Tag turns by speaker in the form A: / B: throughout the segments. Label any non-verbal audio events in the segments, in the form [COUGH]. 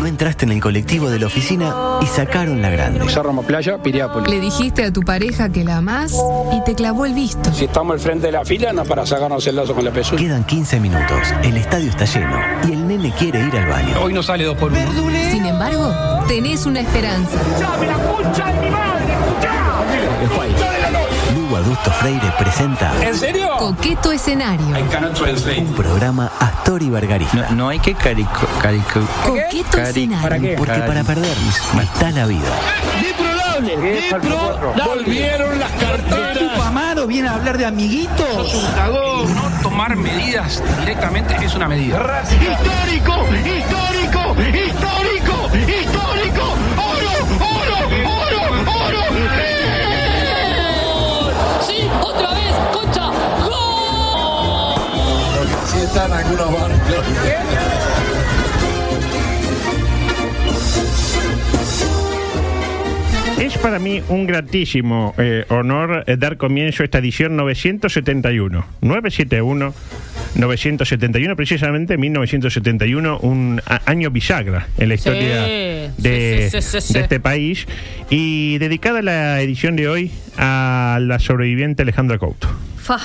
A: No entraste en el colectivo de la oficina y sacaron la grande.
B: Cerro Playa, Piriápolis.
C: Le dijiste a tu pareja que la amás y te clavó el visto.
B: Si estamos al frente de la fila, no para sacarnos el lazo con la pezuña.
A: Quedan 15 minutos, el estadio está lleno y el nene quiere ir al baño.
D: Hoy no sale dos por uno.
C: Sin embargo, tenés una esperanza.
A: Lugo Adusto Freire presenta
B: ¿En serio?
C: Coqueto escenario.
B: I cannot translate.
A: un programa Astor y Bargarista.
E: No, no hay que carico, carico.
C: Coqueto
E: Cari-
B: ¿Para
C: escenario.
B: qué?
A: Porque para perder está la vida.
B: Volvieron las carteras.
F: Amaro viene a hablar de amiguitos.
D: No tomar medidas directamente es una medida.
G: histórico, histórico, histórico, histórico, oro, oro, oro, oro.
H: Sí, otra vez, concha. ¡Gol!
I: Es para mí un gratísimo eh, honor eh, dar comienzo a esta edición 971. 971. 971, precisamente 1971, un a- año bisagra en la historia de,
H: sí, sí, sí, sí.
I: de este país. Y dedicada la edición de hoy a la sobreviviente Alejandra Couto.
H: Fa.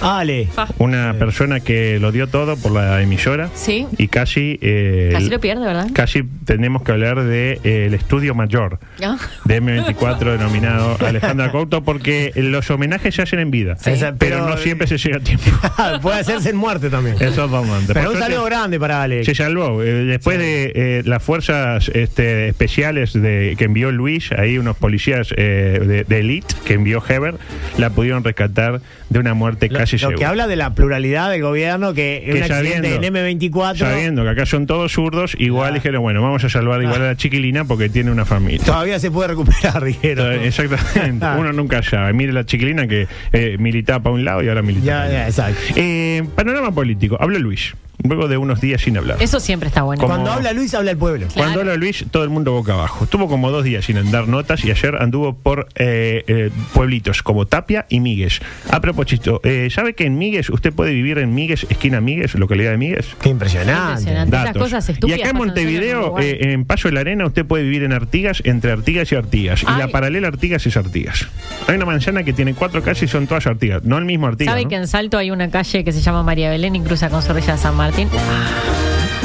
F: Ale.
I: Una persona que lo dio todo por la emisora.
H: Sí.
I: Y casi. eh,
H: Casi lo pierde, ¿verdad?
I: Casi tenemos que hablar del de, eh, el estudio mayor
H: ¿No?
I: de M24 denominado Alejandra Couto porque los homenajes se hacen en vida,
F: Sí. eh,
I: pero, no siempre se llega a
F: [LAUGHS]
I: tiempo. [LAUGHS]
F: Puede hacerse en muerte también.
I: Eso es bastante.
F: Pero
I: Por
F: un saludo
I: suerte,
F: grande para Ale.
I: se salvó. Eh, después de eh, las fuerzas este, especiales de, que envió Luis, ahí unos policías eh, de, de elite que envió Heber, la pudieron rescatar de una muerte
F: Lo,
I: casi
F: lo
I: segura.
F: que habla de la pluralidad del gobierno, que,
I: Que
F: un accidente
I: sabiendo-
F: en M24.
I: Sabiendo que acá son todos zurdos, igual
F: Claro.
I: dijeron, bueno, vamos a salvar igual
F: Ah.
I: a la chiquilina porque tiene una familia.
F: Todavía se puede recuperar, [LAUGHS] dijeron.
I: eh,
F: [LAUGHS]
I: Exactamente,
F: Ah.
I: uno nunca sabe. Mire la chiquilina que eh, militaba para un lado y ahora milita.
F: Ya,
I: para el
F: ya,
I: otro.
F: exacto.
I: Eh, panorama político. Habla Luis, luego de unos días sin hablar.
H: Eso siempre está bueno.
I: Como-
F: Cuando habla Luis, habla el pueblo.
I: Cuando habla Luis, todo el mundo boca abajo. Estuvo como dos días sin dar notas y ayer anduvo por eh, eh, pueblitos como Tapia y Migues. A propósito, eh, ¿sabe que en Migues usted puede vivir en Migues, esquina Migues, localidad de Migues?
F: Qué impresionante.
H: Impresionante. Esas
I: Datos.
H: cosas estúpidas
I: y acá en
H: pasan solo en
I: Montevideo,
H: Uruguay.
I: eh, en Paso de la Arena, usted puede vivir en Artigas, entre Artigas y Artigas. Y
H: Ay.
I: la paralela Artigas es Artigas. Hay una manzana que tiene cuatro calles y son todas Artigas. No el mismo Artigas.
H: ¿Sabe
I: ¿no?
H: que en Salto hay una calle que se llama María Belén y cruza con Zorrilla de San Martín?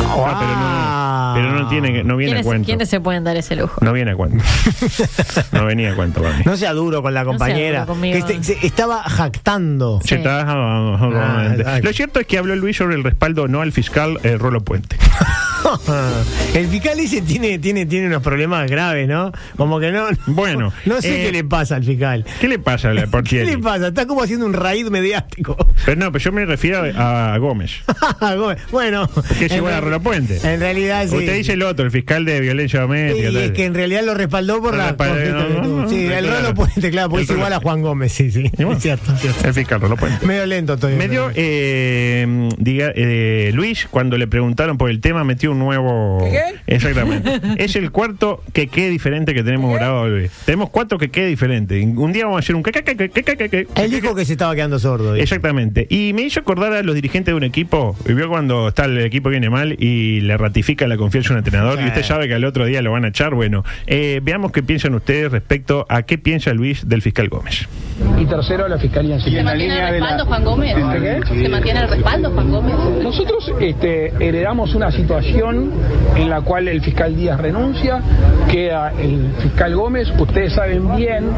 I: Ah, pero, Ah, no, pero no tiene, que- no viene a
H: ¿Quiénes,
I: cuento.
H: quiénes se pueden dar ese lujo?
I: No viene a cuento. no venía a cuento para mí.
F: [LAUGHS] No sea duro con la
H: No sea
F: compañera.
H: duro conmigo.
F: que este- se-
I: [LAUGHS]
F: estaba jactando.
I: Se
H: Sí.
I: está- ah, ah,
F: Ah,
I: ah,
F: exacto.
I: Lo cierto es que habló Luis sobre el respaldo no al fiscal eh, Rolo Puente.
F: el fiscal ese tiene, tiene, tiene unos problemas graves, ¿no? Como que no.
I: Bueno,
F: No sé
I: eh,
F: qué le pasa al fiscal.
I: ¿Qué le pasa a
F: [LAUGHS]
I: la
F: ¿Qué
I: Portieri?
F: le pasa? Está como haciendo un raid mediático.
I: Pero no, pero yo me refiero a, a Gómez.
F: [LAUGHS] bueno.
I: Que
F: en
I: llegó a
F: real-
I: Rolo Puente.
F: En realidad Eh, sí.
I: Usted dice el otro, el fiscal de violencia
F: Sí,
I: doméstica.
F: y es
I: tal.
F: que en realidad lo respaldó por
I: Lo
F: la.
I: respaldó,
F: conflicto que
I: no,
F: tuvo.
I: no,
F: sí,
I: no,
F: el
I: claro.
F: Rolo Puente, claro, porque
I: El
F: es igual
I: Rolo-
F: a Juan Gómez, sí, sí.
I: Y bueno,
F: Es cierto, es cierto.
I: El fiscal Rolo Puente.
F: Medio lento todavía.
I: Me dio, eh, diga, eh, Luis, cuando le preguntaron por el tema, metió un nuevo. Exactamente. es el cuarto que quede diferente que tenemos grabado, Luis. Tenemos cuatro que quede diferente. Un día vamos a hacer un. que, que, que, que, que, que, que,
F: Él dijo que se estaba quedando sordo. dijo.
I: Exactamente. Y me hizo acordar a los dirigentes de un equipo. Y vio cuando está el equipo viene mal y le ratifica la confianza a un entrenador. Y
F: Sí.
I: usted sabe que al otro día lo van a echar. Bueno, eh, veamos qué piensan ustedes respecto a qué piensa Luis del fiscal Gómez.
B: Y tercero, la fiscalía en sí.
J: ¿Se mantiene el respaldo, Juan Gómez? ¿Se mantiene el respaldo, Juan Gómez?
B: Nosotros este, heredamos una situación en la cual el fiscal Díaz renuncia, queda el fiscal Gómez, ustedes saben bien,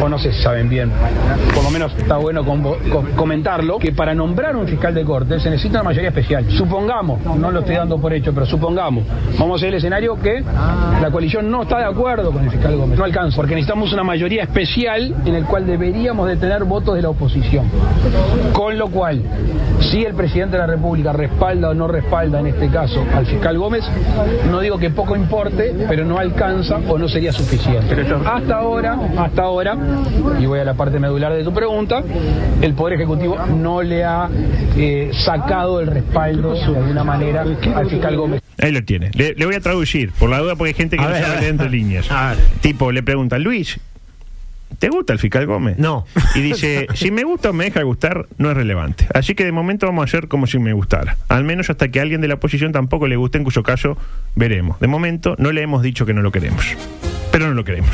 B: o no sé si saben bien, por lo menos está bueno com- com- comentarlo, que para nombrar un fiscal de corte se necesita una mayoría especial. Supongamos, no lo estoy dando por hecho, pero supongamos, vamos a el escenario que la coalición no está de acuerdo con el fiscal Gómez, no alcanza, porque necesitamos una mayoría especial en el cual deberíamos de tener votos de la oposición. Con lo cual, si el presidente de la República respalda o no respalda en este caso al fiscal Gómez, no digo que poco importe, pero no alcanza o no sería suficiente. Hasta ahora, hasta ahora, y voy a la parte medular de tu pregunta, el Poder Ejecutivo no le ha eh, sacado el respaldo de alguna manera al fiscal Gómez.
I: Ahí lo tiene. Le, le voy a traducir, por la duda, porque hay gente que
F: A
I: no
F: ver, a
I: sabe
F: ver.
I: leer entre líneas.
F: A ver.
I: Tipo, le pregunta, Luis, ¿te gusta el fiscal Gómez?
F: No.
I: Y
F: [LAUGHS]
I: dice, si me gusta o me deja gustar, no es relevante. Así que de momento vamos a hacer como si me gustara. Al menos hasta que a alguien de la oposición tampoco le guste, en cuyo caso veremos. De momento no le hemos dicho que no lo queremos. Pero no lo queremos.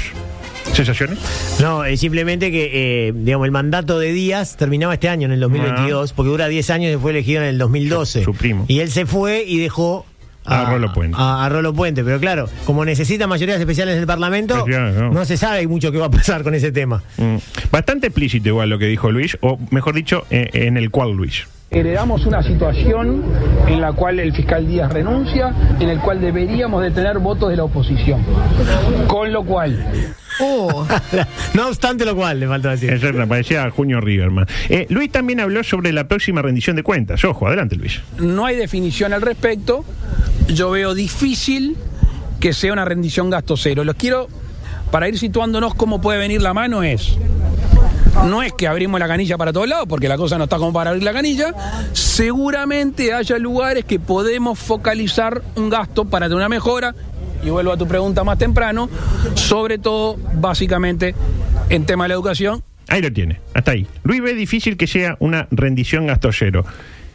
I: ¿Sensaciones?
F: No, es simplemente que, eh, digamos, el mandato de Díaz terminaba este año, en el 2022, porque dura 10 años y fue elegido en el 2012.
I: Ah. Su- su primo.
F: Y él se fue y dejó.
I: A Rolo Puente.
F: A, a Rolo Puente, pero claro, como necesita mayorías especiales en el Parlamento,
I: Pues claro, no.
F: no. se sabe mucho qué va a pasar con ese tema.
I: Mm. Bastante explícito igual lo que dijo Luis, o mejor dicho, eh, en el cual Luis.
B: Heredamos una situación en la cual el fiscal Díaz renuncia, en el cual deberíamos de tener votos de la oposición. Con lo cual,
I: [LAUGHS]
K: Oh,
F: no obstante lo cual, le faltó decir.
I: Eso me parecía a Junio Riverman. Eh, Luis también habló sobre la próxima rendición de cuentas. Ojo, adelante Luis.
B: no hay definición al respecto. Yo veo difícil que sea una rendición gasto cero. Los quiero, para ir situándonos cómo puede venir la mano, es. No es que abrimos la canilla para todos lados, porque la cosa no está como para abrir la canilla. Seguramente haya lugares que podemos focalizar un gasto para tener una mejora. Y vuelvo a tu pregunta más temprano, sobre todo, básicamente, en tema de la educación
I: Ahí lo tiene, hasta ahí. Luis ve difícil que sea una rendición gastollero.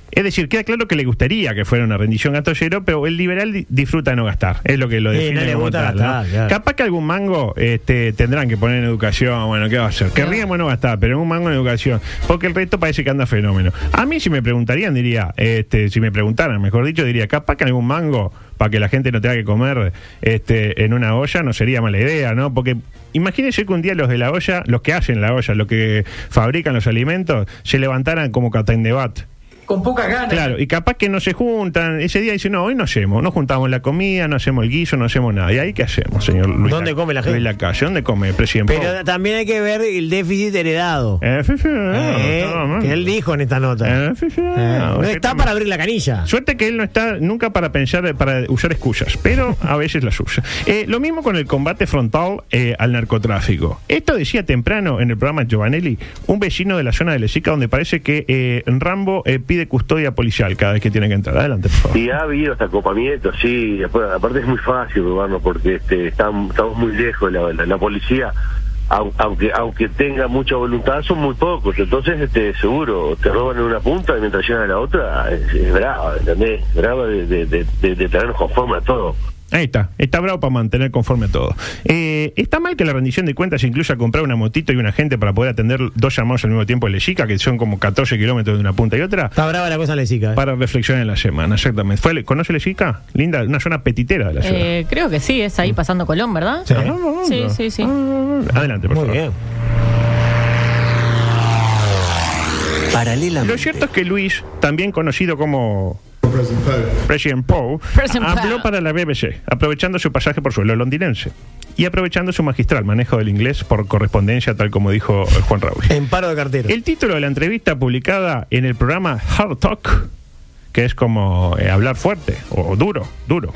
I: Es decir, queda claro que le gustaría que fuera una rendición gastollero, pero el liberal di- disfruta no gastar. Es lo que lo
F: Sí,
I: define
F: no le
I: como
F: gusta
I: tal,
F: gastar,
I: ¿no?
F: claro.
I: Capaz que algún mango este, tendrán que poner en educación. Bueno, ¿qué va a hacer? Querríamos no gastar, pero un mango en educación. Porque el resto parece que anda fenómeno. A mí, si me preguntarían, diría, este, si me preguntaran, mejor dicho, diría, capaz que algún mango para que la gente no tenga que comer este, en una olla no sería mala idea, ¿no? Porque imagínense que un día los de la olla, los que hacen la olla, los que fabrican los alimentos, se levantaran como Catandebat.
A: Con poca gana.
I: Claro, y capaz que no se juntan. Ese día dicen, no, hoy no hacemos, no juntamos la comida, no hacemos el guiso, no hacemos nada. ¿Y ahí qué hacemos, señor Luis?
F: ¿Dónde come la gente?
I: Luis Lacalle, ¿dónde come el presidente?
F: Pero también hay que ver el déficit heredado.
I: Oh. Eh, sí, sí,
F: Eh,
I: no, no, no.
F: que él dijo en esta nota.
I: Eh, sí, sí,
F: Eh,
I: no,
F: no
I: es que
F: está
I: también-
F: para abrir la canilla.
I: Suerte que él no está nunca para pensar, para usar excusas, pero a veces las usa. Eh, lo mismo con el combate frontal eh, al narcotráfico. Esto decía temprano en el programa Giovanelli, un vecino de la zona de Lezica, donde parece que eh, Rambo eh, pide custodia policial cada vez que tiene que entrar. Adelante, por favor.
G: Y ha habido hasta copamiento, sí. Apar- Aparte es muy fácil, hermano, porque este, estamos, estamos muy lejos. de La, la, la policía, au- aunque aunque tenga mucha voluntad, son muy pocos. Entonces, este, seguro, te roban en una punta y mientras llegan a la otra, es, es brava, ¿entendés? Brava de, de, de, de, de tenernos conforme a todo.
I: Ahí está, está bravo para mantener conforme a todo. Eh, ¿Está mal que la rendición de cuentas incluya comprar una motito y un agente para poder atender dos llamados al mismo tiempo de Lezica, que son como 14 kilómetros de una punta y otra?
F: Está brava la cosa eh. en la chica.
I: Para reflexionar en la semana, exactamente. Fue, ¿Conoce Lezica? Linda, una zona petitera de la ciudad.
H: Eh, creo que sí, es ahí pasando Colón, ¿verdad?
F: Sí.
I: Ah, no, no,
H: Sí,
I: no.
H: sí, sí.
I: Adelante, por
F: Muy
I: favor.
F: bien.
L: Paralelamente.
I: Lo cierto es que Luis, también conocido como President Poe,
H: President
I: habló
H: Poe.
I: para la BBC, aprovechando su pasaje por suelo londinense y aprovechando su magistral manejo del inglés por correspondencia, tal como dijo eh, Juan Raúl.
F: En paro de cartero.
I: El título de la entrevista publicada en el programa Hard Talk, que es como eh, hablar fuerte o duro, duro.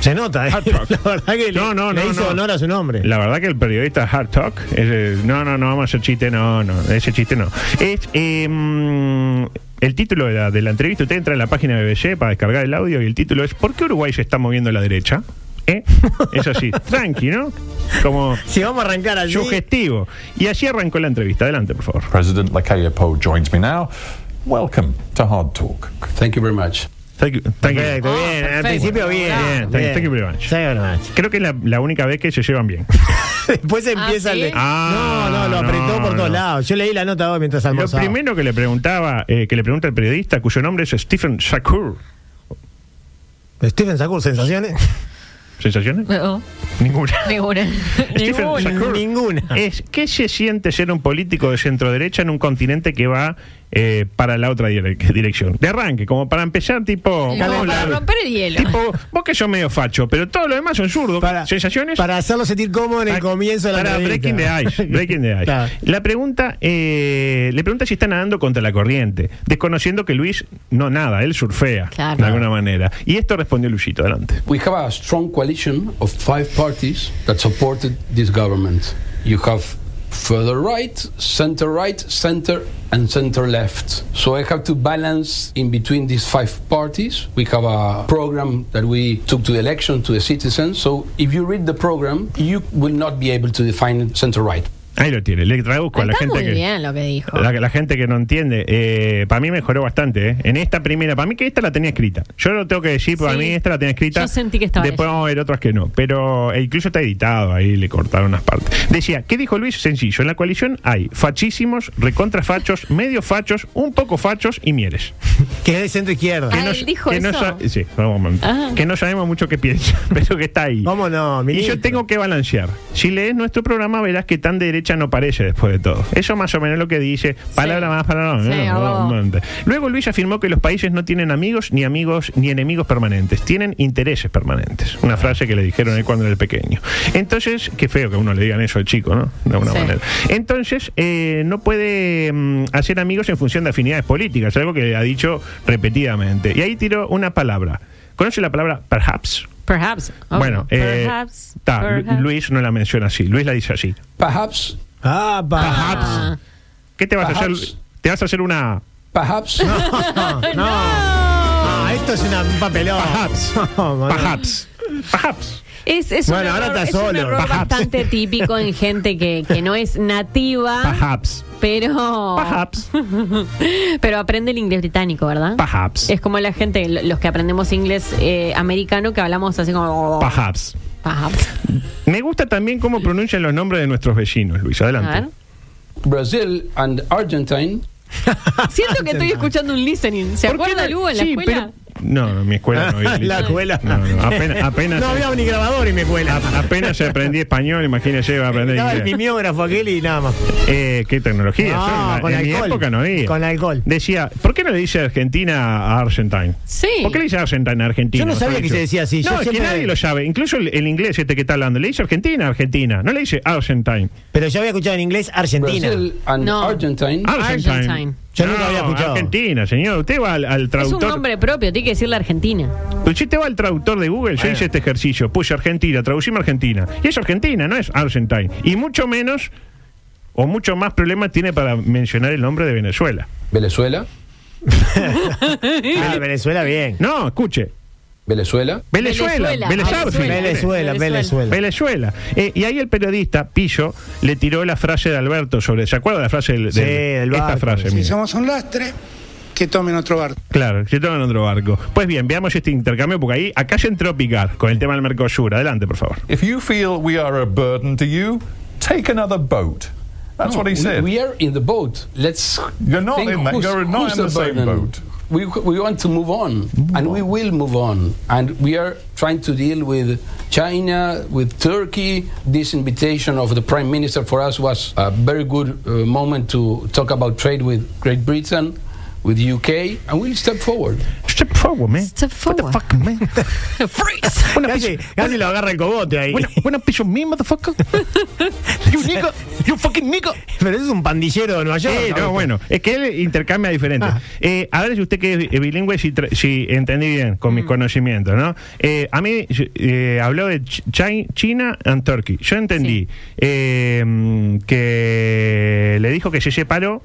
F: Se nota, ¿eh?
I: Hard Rock.
F: [LAUGHS] La verdad que le,
I: No, no,
F: le
I: no,
F: hizo
I: no.
F: honor a su nombre.
I: La verdad que el periodista Hard Talk, es, eh, no, no, no vamos a hacer chiste, no, no, ese chiste no. Es, eh, mm, el título de la, de la entrevista, usted entra en la página de BBC para descargar el audio y el título es ¿Por qué Uruguay se está moviendo a la derecha? ¿Eh? Es así, tranqui, ¿no? Como
F: Si vamos a arrancar allí.
I: sugestivo. Y así arrancó la entrevista, adelante por favor.
A: President Lakaya Poe joins me now. Welcome to Hard Talk.
B: Thank you very much.
I: Thank you, thank you.
F: Perfecto,
H: Ah,
F: bien. Al
H: perfecto.
F: principio bien.
H: Bien,
I: thank you, thank you very much.
F: Thank you very much.
I: Creo que es la, la única vez que se llevan bien.
F: Después empieza
H: ¿sí?
F: el...
I: Ah,
F: no, no, lo apretó
I: no,
F: por
I: no.
F: todos lados. Yo leí la nota hoy mientras
I: Lo
F: almorzaba.
I: primero que le preguntaba, eh, que le pregunta el periodista, cuyo nombre es Stephen Shakur.
F: Stephen Sakur, ¿sensaciones?
I: ¿Sensaciones?
H: Oh,
I: Ninguna.
H: ninguna.
I: Stephen
H: ninguna.
I: Shakur [LAUGHS] Ah.
F: Ninguna.
I: Es, ¿Qué se siente ser un político de centro derecha en un continente que va eh, para la otra dire- [LAUGHS] dirección. De arranque, como para empezar, tipo.
H: Como
I: vamos
H: para
I: la-
H: romper el hielo.
I: Tipo, vos que sos medio facho, pero todo lo demás son zurdos.
F: Para-
I: Sensaciones.
F: Para hacerlo sentir cómodo en el
I: Para-
F: comienzo de la
I: para
F: entrevista.
I: Breaking the Ice. Breaking the Ice.
F: Claro.
I: La pregunta, eh, le pregunta si está nadando contra la corriente, desconociendo que Luis no nada, él surfea
H: Claro.
I: de alguna manera. Y esto respondió Luisito, adelante.
B: We have a strong coalition of five parties that supported this government. You have further right, center right, center, and center left. So I have to balance in between these five parties. We have a program that we took to the election to the citizens. So if you read the program, you will not be able to define center right.
I: Ahí lo tiene, le traduzco a la
H: Está
I: gente
H: muy
I: que...
H: bien lo que dijo.
I: La, la gente que no entiende, para mí mejoró bastante. eh. En esta primera, para mí que esta la tenía escrita. Yo lo tengo que decir, para
H: Sí.
I: mí esta la tenía escrita.
H: Yo sentí que estaba
I: Después
H: ella.
I: vamos a ver otras que no. Pero eh, incluso está editado, ahí le cortaron unas partes. Decía, ¿qué dijo Luis? Sencillo. En la coalición hay fachísimos, recontrafachos, [LAUGHS] medio fachos, un poco fachos y mieres.
F: [LAUGHS] Que es de centro izquierda.
H: Ah, él dijo
I: que no
H: eso.
I: sa- sí, vamos, mami.
H: Ah.
I: Que no sabemos mucho qué piensa, pero que está ahí.
F: ¿Cómo no,
I: Y
F: ministro?
I: yo tengo que balancear. Si lees nuestro programa verás que tan de derecha no parece después de todo. Eso más o menos es lo que dice. Palabra más, palabra
H: Sí,
I: menos.
H: algo.
I: Obviamente. Luego Luis afirmó que los países no tienen amigos, ni amigos, ni enemigos permanentes. Tienen intereses permanentes. Una frase que le dijeron a él cuando era pequeño. Entonces, qué feo que a uno le digan eso al chico, ¿no? De alguna
H: Sí.
I: manera. Entonces, eh, no puede mm, hacer amigos en función de afinidades políticas, algo que ha dicho repetidamente. Y ahí tiró una palabra. ¿Conoce la palabra perhaps?
H: Perhaps. ok.
I: Bueno, eh,
H: Oh, Perhaps,
I: ta, Lu-
H: perhaps.
I: Luis no la menciona así, Luis la dice así.
B: Perhaps,
F: Ah, pa.
H: Ah.
I: ¿Qué te vas a
B: Perhaps.
I: hacer? ¿Te vas a hacer una
B: perhaps.
F: Ah, esto es una, un papelón.
I: Perhaps.
F: [LAUGHS] No, no.
I: perhaps? Perhaps.
H: Es, es
F: Bueno,
H: un
F: ahora
H: error,
F: está
H: es un
F: solo,
H: error
I: perhaps.
H: bastante típico en gente que, que no es nativa,
I: Perhaps.
H: pero
I: Perhaps.
H: [LAUGHS] pero aprende el inglés británico, ¿verdad?
I: Perhaps.
H: Es como la gente, lo- los que aprendemos inglés eh, americano, que hablamos así como...
I: Perhaps.
H: Perhaps.
I: Me gusta también cómo pronuncian los nombres de nuestros vecinos, Luis.
H: A
I: [LAUGHS]
H: ver.
I: Adelante.
B: Brazil and Argentine
H: Siento que estoy escuchando un listening. ¿Se
I: ¿Por qué
H: acuerda
I: no-
H: Lugo en la
I: sí,
H: escuela?
I: pero- no, no, en mi escuela
F: [LAUGHS]
I: no. había
F: la
I: inglés.
F: escuela.
I: No, no, apenas, apenas,
F: [LAUGHS] No había ni grabador en mi escuela.
I: a- apenas
F: [LAUGHS]
I: aprendí español, imagínese, va a aprender
F: Estaba el
I: inglés.
F: mimeógrafo aquel y nada más.
I: Eh, ¿Qué tecnología?
F: No,
I: Yo en la-
F: con
I: en mi
F: alcohol.
I: época no había.
F: Con alcohol.
I: Decía, ¿por qué no le dice Argentina a Argentine?
H: Sí.
I: ¿Por qué le dice Argentina a Argentina?
F: Yo no sabía que se decía así, yo
I: No, es que
F: siempre-
I: nadie lo sabe. Incluso el, el inglés este que está hablando. Le dice Argentina, Argentina. No le dice Argentine.
F: Pero yo había escuchado en inglés Argentina.
B: Brazil and
H: No.
B: Ah, Argentine
I: Argentine.
H: Argentine.
F: Yo nunca había escuchado.
I: Argentina, señor. Usted va al, al
H: Es un
I: traductor.
H: nombre propio, tiene que decir la Argentina.
I: Pero si usted va al traductor de Google, yo hice este ejercicio. Puse Argentina, traducime Argentina. Y es Argentina, no es Argentine. Y mucho menos, o mucho más problema tiene para mencionar el nombre de Venezuela.
B: Venezuela
F: Ah, Venezuela, bien.
I: No, escuche.
B: Venezuela
I: Venezuela.
H: Venezuela.
I: Venezuela.
H: Venezuela.
F: Venezuela, Venezuela.
I: Venezuela. Eh, y ahí el periodista, Pillo, le tiró la frase de Alberto sobre. ¿Se acuerda de la frase del,
F: Sí,
I: del-
F: del
I: Esta
F: barco.
I: frase, mira.
M: somos un lastre, que tomen otro barco.
I: Claro, se toman otro barco. Pues bien, veamos este intercambio, porque ahí acá se entró a picar con el tema del Mercosur. Adelante, por favor.
A: If you feel we are a burden to you, take another boat. That's what he
B: we,
A: said.
B: we are in the boat. Let's.
A: You're not
B: think
A: in that-
B: who's-
A: you're not
B: who's
A: in the same
B: burden.
A: boat.
B: We, we want to move on, and we will move on. And we are trying to deal with China, with Turkey. This invitation of the Prime Minister for us was a very good uh, moment to talk about trade with Great Britain, with UK, and we'll step forward.
I: Step forward, man.
H: Step
I: What the
H: forward.
I: fuck, [LAUGHS] man?
H: [LAUGHS] Freeze.
I: Wanna
F: Casi,
I: piece-
F: casi lo agarra el cogote ahí.
I: wanna- wanna piece of me, motherfucker? You nigga. You fucking nigga.
F: [LAUGHS] Pero es un pandillero de Nueva York.
I: Eh, no,
F: ¿no?
I: bueno, es que él intercambia diferente. Eh, a ver si usted que es bi- bilingüe, si, tra- si entendí bien con mis conocimientos, ¿no? Eh, a mí yo- eh, habló de Ch- Chi- China and Turkey. Yo entendí eh, mm, que le dijo que se separó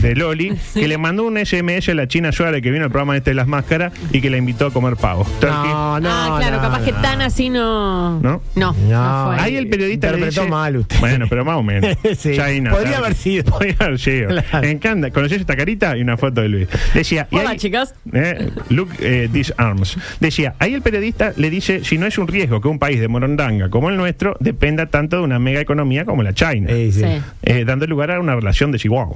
I: de Loli, que le mandó un SMS a la China Suárez que vino al programa este de las máscaras y que la invitó a comer pavo. Turkey.
F: No, no,
H: ah, claro,
F: no,
H: capaz que
F: no.
H: tan así no.
I: ¿No?
H: No,
F: No.
H: no fue.
I: Ahí el periodista le
F: Interpretó
I: dice-
F: mal usted.
I: Bueno, pero más o menos.
F: [LAUGHS] Sí.
I: China,
F: Podría
I: claro.
F: haber
I: [LAUGHS]
F: sido.
I: Podría haber sido.
F: Claro.
I: Me encanta. ¿Conocés esta carita? Y una foto de Luis. Decía. y
H: Hola,
I: ahí-
H: chicas.
I: Eh, look eh, these arms. Decía, ahí el periodista le dice si no es un riesgo que un país de morondanga como el nuestro dependa tanto de una mega economía como la China.
F: Eh, sí.
H: Sí.
I: eh, dando lugar a una relación de desigual.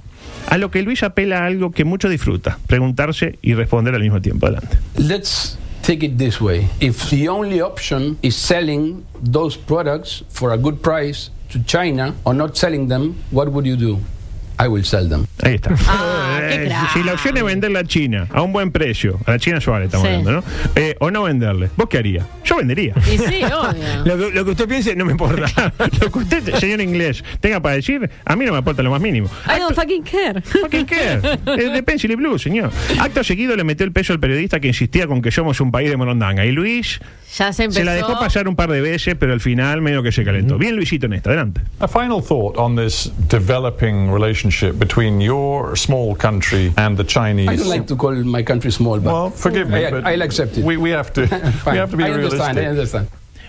I: A lo que Luis apela a algo que mucho disfruta, preguntarse y responder al mismo tiempo. Adelante.
B: Let's take it this way. If the only option is selling those products for a good price to China or not selling them, what would you do? I will sell them.
I: Ahí está. [LAUGHS]
H: Ah,
I: eh, si la opción es venderla a China a un buen precio, a la China Suárez estamos
H: Sí.
I: hablando, ¿no? Eh, o no venderle, ¿vos qué harías? Yo vendería.
H: Y sí, obvio.
F: Lo que, lo que usted piense no me [LAUGHS] importa.
I: [LAUGHS] Lo que usted, señor inglés, tenga para decir, a mí no me aporta lo más
H: [LAUGHS]
I: mínimo.
H: I don't fucking care.
I: Fucking care. Es de Pencil y Blue, señor. Acto seguido le metió el peso al periodista que insistía con que somos un país de morondanga. Y Luis
H: Ya se empezó.
I: se la dejó pasar un par de veces, pero al final medio que se calentó. Bien, Luisito, en esta. Adelante.
A: A final thought on this developing relationship between your small country and the Chinese.
B: I don't like to call my country small, but
A: well, forgive me,
B: I,
A: but
B: I'll accept it. [LAUGHS]
A: We, we have to we
B: Fine.
A: have to be
B: I understand, I
A: realistic.
B: understand.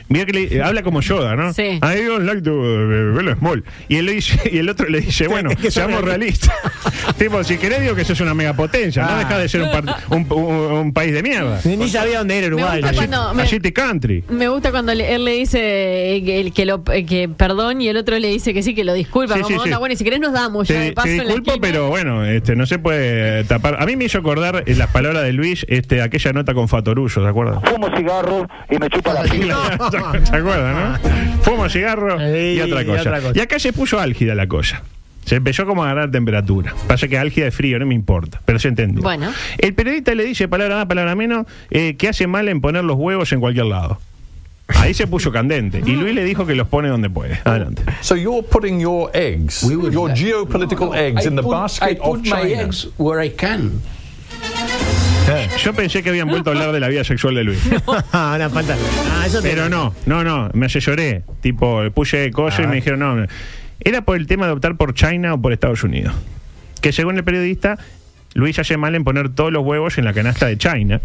I: Mira que le- eh, habla como Yoda, ¿no?
H: Sí.
I: I don't like to eh, well, small. Y, él le dice, y el otro le dice, bueno,
F: que son
I: seamos realistas. [LAUGHS] tipo, si querés digo que sos una megapotencia,
F: Ah.
I: no dejás de ser un, par- un- un- un país de mierda.
F: Ni, ni sabía dónde era
H: Me
F: Uruguay.
H: gusta cuando me-
I: Allí te country.
H: Me gusta cuando le- él le dice eh, que, el que, lo, eh, que perdón y el otro le dice que sí, que lo disculpa.
I: Sí,
H: como,
I: sí, sí.
H: onda, bueno, y si querés nos damos, ya de
I: Te,
H: paso
I: te
H: en la
I: disculpo,
H: esquina.
I: pero bueno, este, no se puede eh, tapar. A mí me hizo acordar eh, las palabras de Luis, este, aquella nota con Fatorullo, ¿se acuerdan?
G: Fumo cigarro y me chupa
I: [LAUGHS]
G: la
F: [LAUGHS]
I: ¿Se acuerdan, no? Fumo, cigarro y
F: Sí,
I: otra,
F: y
I: cosa. y
F: otra cosa.
I: acá se puso álgida la cosa. Se empezó como a ganar temperatura. Pasa que álgida es frío, no me importa, pero se entendió.
H: Bueno.
I: El periodista le dice, palabra más, palabra menos, eh, que hace mal en poner los huevos en cualquier lado. Ahí se puso candente. Y Luis le dijo que los pone donde puede.
F: Ah.
I: Adelante.
A: So you're putting your eggs,
B: We would
A: your
B: like-
A: geopolitical
B: No, no,
A: eggs,
B: I
A: in the
B: put- I
A: basket
B: put
A: of
B: my
A: China.
B: eggs where I can.
I: Yo pensé que habían vuelto a hablar de la vida sexual de Luis.
F: Ah, una falta. Ah, eso te-
I: Pero no, no, no, me asesoré. Tipo, le puse cosas y me dijeron, no, no. era por el tema de optar por China o por Estados Unidos. Que según el periodista, Luis hace mal en poner todos los huevos en la canasta de China.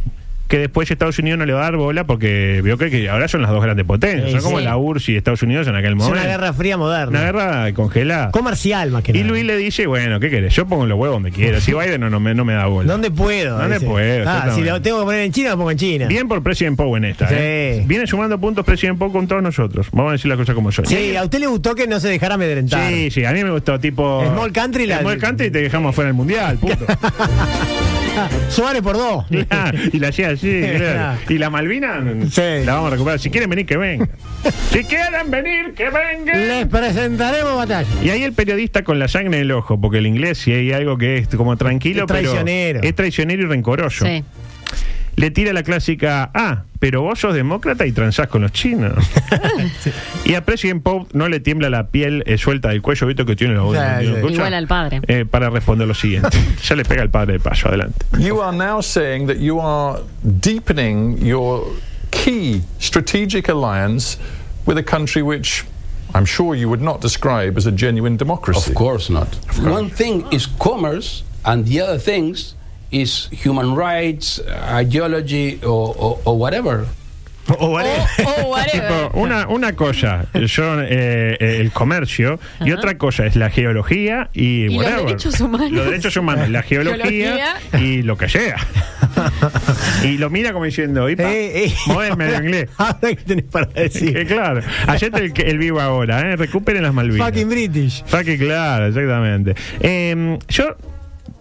I: Que después Estados Unidos no le va a dar bola porque vio que, que ahora son las dos grandes potencias.
F: Sí,
I: son como
F: sí.
I: la URSS y Estados Unidos en aquel
F: Es
I: momento.
F: una guerra fría moderna.
I: Una guerra congelada.
F: Comercial más que
I: Y
F: nada.
I: Luis le dice, bueno, ¿qué querés? Yo pongo los huevos donde quiera. Si Biden no, no, me, no me da bola.
F: ¿Dónde puedo?
I: ¿Dónde puedo?
F: Ah, si
I: Exactamente.
F: lo tengo que poner en China, lo pongo en China.
I: Bien por President Poe en esta.
F: Sí.
I: ¿eh? Viene sumando puntos President Poe con todos nosotros. Vamos a decir las cosas como son.
F: Sí, a usted le gustó que no se dejara amedrentar.
I: Sí, sí, a mí me gustó tipo.
F: Small Country, la-
I: Small Country te dejamos fuera del mundial,
F: [LAUGHS]
I: punto.
F: Suárez por dos.
I: Claro, y la hacía así, claro. Y la Malvina
F: Sí.
I: la vamos a recuperar. Si quieren venir, que
F: [LAUGHS]
I: vengan. si quieren venir, que vengan.
F: Les presentaremos batalla.
I: Y ahí el periodista con la sangre en el ojo, porque el inglés si hay algo que es como tranquilo,
F: Es traicionero.
I: pero es traicionero y rencoroso. [LAUGHS]
H: Sí.
I: Le tira la clásica, ah, pero vos sos demócrata y transás con los chinos. [LAUGHS] Y a President Pope no le tiembla la piel eh, suelta del cuello, visto que tiene la voz.
F: Sí,
I: de-
F: sí.
I: ¿escucha?
H: Igual al padre.
I: Eh, para responder lo siguiente. [LAUGHS] ya le pega el padre de paso, adelante.
A: You are now saying that you are deepening your key strategic alliance with a country which I'm sure you would not describe as a genuine democracy.
B: Of course not. One thing is commerce, and the other things is human rights, uh, ideology, or, or, or whatever.
F: O
H: O, o whatever.
I: Tipo, una, una cosa son eh, eh, el comercio y
H: Ajá.
I: otra cosa es la geología y,
H: Y los
I: whatever.
H: derechos humanos.
I: Los derechos humanos, la geología y lo que sea. y lo mira como diciendo, "Ipa, móvenme de inglés.
F: Eh, [LAUGHS] Ahora que tenés para
I: Que
F: decir.
I: claro, ayer el, el vivo ahora, ¿eh? recuperen las Malvinas.
F: Fucking British.
I: Saque, claro, exactamente. Eh, yo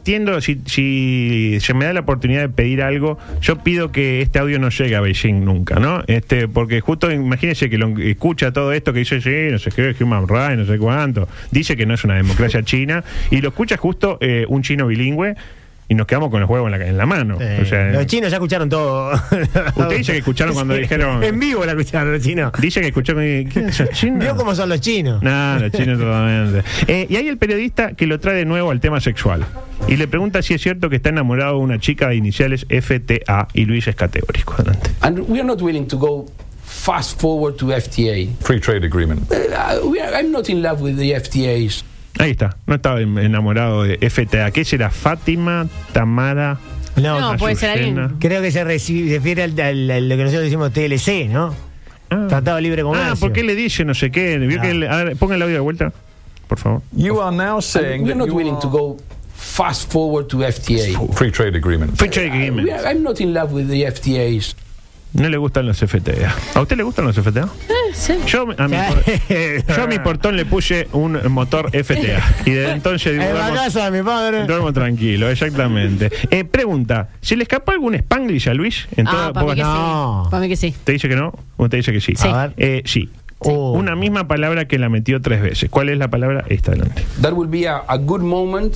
I: tiendo, si, si se me da la oportunidad de pedir algo, yo pido que este audio no llegue a Beijing nunca, ¿no? Este, porque justo imagínense que lo en- escucha todo esto que dice, sí, no sé qué, Human Rights, no sé cuánto, dice que no es una democracia china, y lo escucha justo eh, un chino bilingüe. Y nos quedamos con los huevos en la, en la mano.
F: Sí.
I: O sea,
F: Eh,
I: eh,
F: los chinos ya
I: [LAUGHS]
F: escucharon todo. Usted
I: dice que escucharon cuando dijeron-
F: En vivo la escucharon los chinos.
I: dice que escuchó. ¿Quién son chinos?
F: [LAUGHS] Vio cómo son los chinos.
I: No, los chinos totalmente. Eh, y hay el periodista que lo trae de nuevo al tema sexual. Y le pregunta si es cierto que está enamorado de una chica de iniciales FTA y Luis es categórico. Adelante.
B: And we are not willing to go fast forward to FTA.
A: Free trade agreement.
B: Uh, we are, I'm not in love with the FTAs.
I: Ahí está. No estaba en- enamorado de FTA. ¿Qué será? Fátima, Tamara.
F: No,
H: No, puede ser
I: Azucena.
H: alguien.
F: Creo que se reci- refiere al, al- al- lo que nosotros decimos TLC, ¿no?
I: Ah.
F: Tratado Libre Comercio.
I: Ah, ¿por qué le dice no sé qué? Vio
F: Ah.
I: que le- a ver, ponga el audio de vuelta, por favor.
A: You are now saying
B: And we are
A: that
B: not
A: you
B: willing
A: are
B: to go fast forward to FTA.
A: free trade agreement.
I: Fecha de crimen.
B: We are, I'm not in love with the FTAs.
I: No le gustan los FTA. ¿A usted le gustan los FTA?
H: Sí.
I: Yo a
F: [LAUGHS]
I: mi, por- yo a mi portón le puse un motor FTA. Y desde entonces
F: [LAUGHS] En la
I: dibujamos-
F: casa de mi padre.
I: Duermo tranquilo, exactamente. Eh, pregunta, ¿se le escapó algún Spanglish a Luis? En
H: Ah,
I: toda-
H: para mí
I: porque-
H: que
F: no.
H: sí. Para mí que sí.
I: ¿Te dice que no? ¿O te dice que sí?
H: Sí.
F: A ver.
I: Eh, sí.
F: Oh.
I: Una misma palabra que la metió tres veces. ¿Cuál es la palabra? Esta adelante.
B: That will be a, a good moment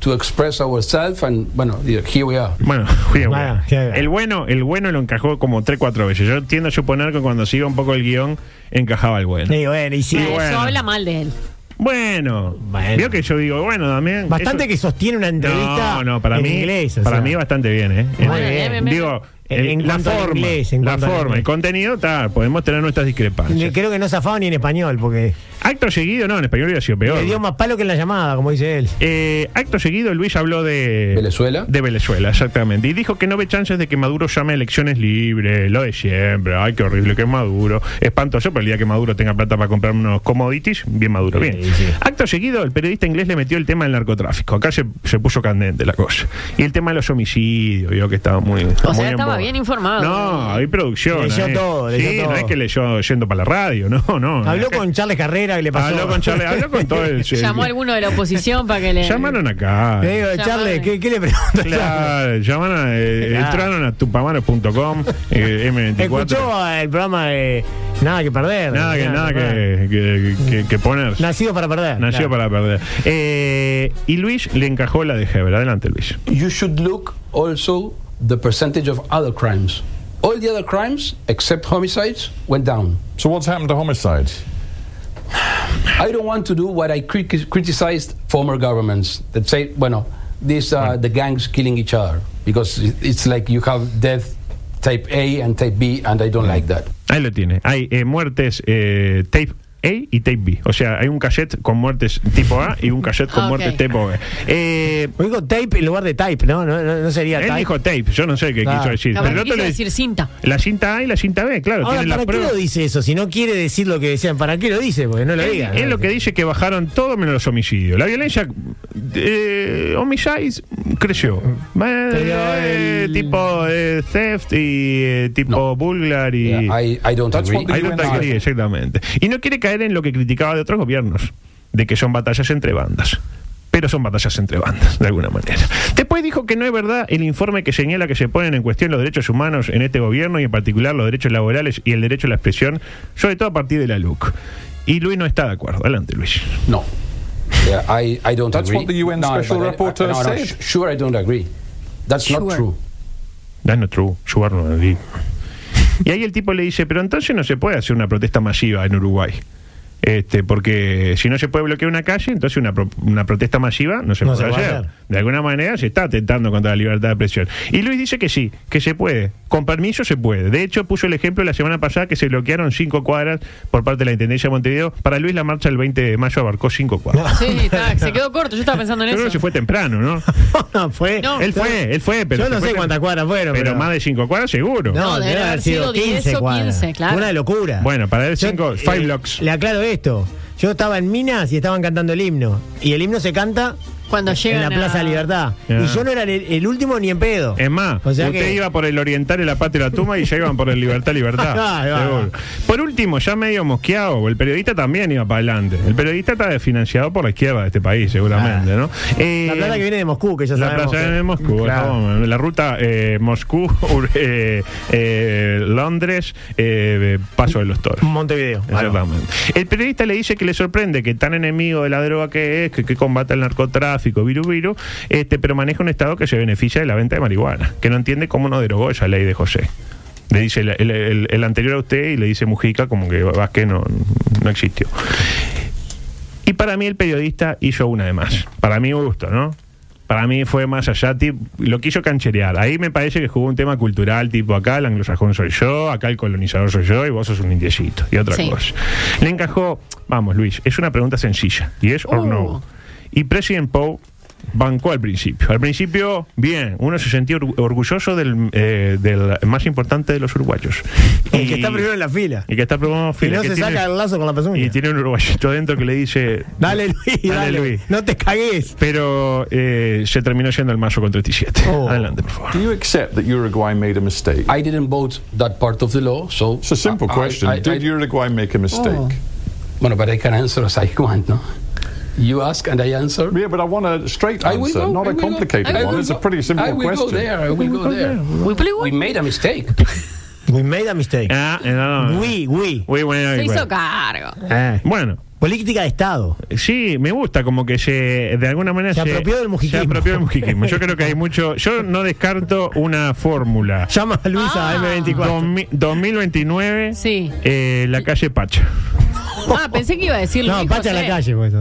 B: to express ourselves, and bueno, here we are.
I: Bueno, [LAUGHS] cuidado, cuidado. el bueno, el bueno lo encajó como 3 4 veces. Yo tiendo a suponer que cuando se iba un poco el guión encajaba el bueno.
F: Y bueno, y sí.
I: Y
H: Eso
I: bueno.
H: habla mal de él.
I: Bueno, vio que yo digo, bueno, también.
F: Bastante que sostiene una entrevista
I: No, no, para
F: en
I: mí.
F: inglés, o
I: para
F: sea.
I: mí bastante bien, ¿eh?
F: Muy
I: Eh,
F: bien.
H: bien, bien.
I: Digo,
F: En-
I: el-
F: en
I: la
F: cuanto al
I: forma,
F: inglés, en
I: la
F: cuanto al
I: forma,
F: inglés.
I: el contenido, está, podemos tener nuestras discrepancias.
F: Creo que no zafaba ni en español, porque
I: Acto seguido, no, en español hubiera sido peor.
F: le dio más palo que en la llamada, como dice él.
I: Eh, acto seguido, Luis habló de
B: Venezuela.
I: De Venezuela, exactamente. Y dijo que no ve chances de que Maduro llame a elecciones libres, lo de siempre. Ay, qué horrible que es Maduro. Espantoso, pero el día que Maduro tenga plata para comprar unos commodities, bien Maduro. Bien.
F: Sí, sí.
I: Acto seguido, el periodista inglés le metió el tema del narcotráfico. Acá se, se puso candente la cosa. Y el tema de los homicidios, yo que estaba muy.
H: O
I: muy
H: sea,
I: en
H: estaba
I: boga.
H: bien informado.
I: No, hay producción.
F: Leyó
I: eh.
F: todo, leyó
I: sí,
F: todo.
I: no es que leyó yendo para la radio, [LAUGHS] no, no.
F: Habló
I: Acá-
F: con Charles Carrera que le pasó.
I: Habló con Charles, habló con
F: [LAUGHS]
I: todo el.
H: Llamó a alguno de la oposición para que le.
I: Llamaron acá.
F: Le digo,
H: Llamame.
F: Charles, ¿qué, qué le preguntas?
I: Claro, llaman a, eh,
F: Claro.
I: entraron a tupamanos.com, eh, M24.
F: [LAUGHS] Escuchó el programa de Nada que perder.
I: Nada que, nada
F: perder.
I: que, que, que- que poner.
F: Nacido para perder.
I: Nació para perder. Eh, y Luis le encajó la de Heber. Adelante, Luis.
B: You should look also the percentage of other crimes. All the other crimes, except homicides, went down.
A: So what's happened to homicides?
B: I don't want to do what I cri- criticized former governments that say, bueno, these are
A: Hmm.
B: the gangs killing each other because it- it's like you have death type A and type B, and I don't
A: Hmm.
B: like that.
I: Ahí lo tiene. Hay eh, muertes eh, tape A y tape B. O sea, hay un cassette con muertes tipo A y un cassette con
F: [LAUGHS]
H: Ah, ok.
I: muertes tipo B. Eh,
F: O digo tape en lugar de type, ¿no? No, no, no sería
I: él
F: type.
I: dijo tape. Yo no sé qué
F: Claro.
I: quiso decir.
H: Capaz
I: Pero
H: que
I: el otro
H: quiso
I: le-
H: decir cinta.
I: La cinta A y la cinta B, claro.
F: Ahora,
I: tienen las
F: ¿para qué
I: pruebas.
F: lo dice eso? Si no quiere decir lo que decían, ¿para qué lo dice? Porque no lo
I: Él-
F: diga.
I: él
F: ¿no?
I: lo
F: [LAUGHS]
I: que dice que bajaron todo menos los homicidios. La violencia, eh, homicides, creció. Eh, eh,
F: el-
I: Tipo eh, theft y eh, tipo
B: No.
I: burglar y...
B: Yeah, I, I don't
A: That's
B: agree.
A: what
I: Ahí no
A: UN
I: te
A: sabe.
I: agree, exactamente. Y no quiere caer en lo que criticaba de otros gobiernos, de que son batallas entre bandas. Pero son batallas entre bandas, de alguna manera. Después dijo que no es verdad el informe que señala que se ponen en cuestión los derechos humanos en este gobierno y en particular los derechos laborales y el derecho a la expresión, sobre todo a partir de la LUC. Y Luis no está de acuerdo. Adelante, Luis.
B: No. Yeah, I, I don't
A: That's
B: agree.
A: what the UN special
B: but I-
A: rapporteur
B: no, no,
A: said.
B: sh- sure, I don't agree. That's
H: Sure.
B: not true.
I: That's not true. You are not agree. Y ahí el tipo le dice, pero entonces no se puede hacer una protesta masiva en Uruguay. Este, porque si no se puede bloquear una calle, entonces una, pro- una protesta masiva no se
F: No
I: puede
F: se puede
I: hacer.
F: hacer.
I: De alguna manera se está atentando contra la libertad de expresión. Y Luis dice que sí, que se puede. Con permiso se puede. De hecho, puso el ejemplo la semana pasada que se bloquearon cinco cuadras por parte de la Intendencia de Montevideo. Para Luis la marcha el 20 de mayo abarcó cinco cuadras.
H: Sí,
I: [LAUGHS]
H: está, se quedó corto. Yo estaba pensando en
I: Yo creo
H: eso.
I: que se fue temprano, ¿no?
F: no, fue.
H: No.
I: él fue, él fue, pero...
F: Yo no
I: se
F: sé
I: fue
F: cuántas
I: tem-
F: cuadras fueron.
I: Pero más de cinco cuadras seguro.
F: No,
H: No,
F: debe haber sido
H: 10
F: 15
H: o
F: cuadras.
H: 15, claro.
F: Una locura.
I: Bueno, para él
F: Yo,
I: cinco,
F: eh,
I: five blocks.
F: Le aclaro esto. Yo estaba en Minas y estaban cantando el himno. Y el himno se canta
H: Cuando
F: en
H: llegan
F: la
H: a-
F: Plaza Libertad.
I: Ah.
F: Y yo no era el, el último ni en pedo.
I: Es más,
F: O sea
I: usted
F: que-
I: iba por el Oriental y la Patria y la Tumba y ya iban por el Libertad, Libertad.
F: [LAUGHS] Ahí va.
I: Seguro. Por último, ya medio mosqueado, el periodista también iba para adelante. El periodista está financiado por la izquierda de este país, seguramente, ¿no? Eh,
F: La plata que viene de Moscú, que ya
I: la
F: sabemos.
I: plaza
F: que-
I: de Moscú,
F: Claro.
I: ¿no? la ruta eh, Moscú, [LAUGHS] Ur- eh, eh, Londres, eh, Paso de los Toros.
F: Montevideo.
I: Exactamente. El periodista le dice que le sorprende que tan enemigo de la droga que es, que, que combate el narcotráfico, viru viru, este, pero maneja un Estado que se beneficia de la venta de marihuana, que no entiende cómo no derogó esa ley de José. Le dice el, el- el- el anterior a usted y le dice Mujica como que Vázquez no, no existió. Y para mí el periodista hizo una de más. Para mi gusto, ¿no? Para mí fue más allá, tip- lo quiso cancherear. Ahí me parece que jugó un tema cultural, tipo acá el anglosajón soy yo, acá el colonizador soy yo y vos sos un indiecito y otra
H: Sí.
I: cosa. Le encajó, vamos Luis, es una pregunta sencilla, y es or no.
H: Uh.
I: Y President Poe bancó al principio. Al principio, bien, uno se sentía orgu- orgulloso del, eh, del más importante de los uruguayos.
F: El que está primero en la fila.
I: Y que está primero en
F: Y
I: fila,
F: no
I: que
F: se
I: tiene-
F: saca el lazo con la pezuña.
I: y tiene un uruguayito dentro que le dice...
F: Dale, Luis, dale,
I: Dale, Luis.
F: No te cagues.
I: Pero eh, se terminó siendo el mazo con 37.
F: Oh.
I: Adelante, por favor.
A: Do you accept that Uruguay made a mistake?
B: I didn't vote that part of the law, so.
A: it's a simple
B: I- I-
A: question.
B: I- I-
A: Did Uruguay make a mistake?
B: Bueno, but I can answer as I want, no? You ask and I answer.
A: Yeah, but I want a straight
B: I will
A: answer,
B: go.
A: not
B: I
A: a
B: will go.
A: complicated
B: I
A: one.
B: will
A: It's a
B: go-
A: pretty simple
B: I will
A: question.
B: go there. I will go there.
H: We play
B: We
H: one.
B: made a mistake.
F: We made a mistake.
I: Ah, eh, no, no, no.
F: We, we.
I: Uy, bueno,
H: Se
I: bueno.
H: hizo cargo.
F: Eh.
I: Bueno,
F: Política de Estado.
I: Sí, me gusta, como que se, de alguna manera
F: Se apropió del mujiquismo.
I: Se apropió del mujiquismo. Yo creo que hay mucho. Yo no descarto una fórmula.
F: Llama a
H: Ah.
F: Luisa a M24.
I: Dos mi- 2029,
H: Sí.
I: eh, la calle Pacha.
H: Ah, pensé que iba a decir
F: No,
H: Luis
F: pacha a
H: José.
F: la calle, pues.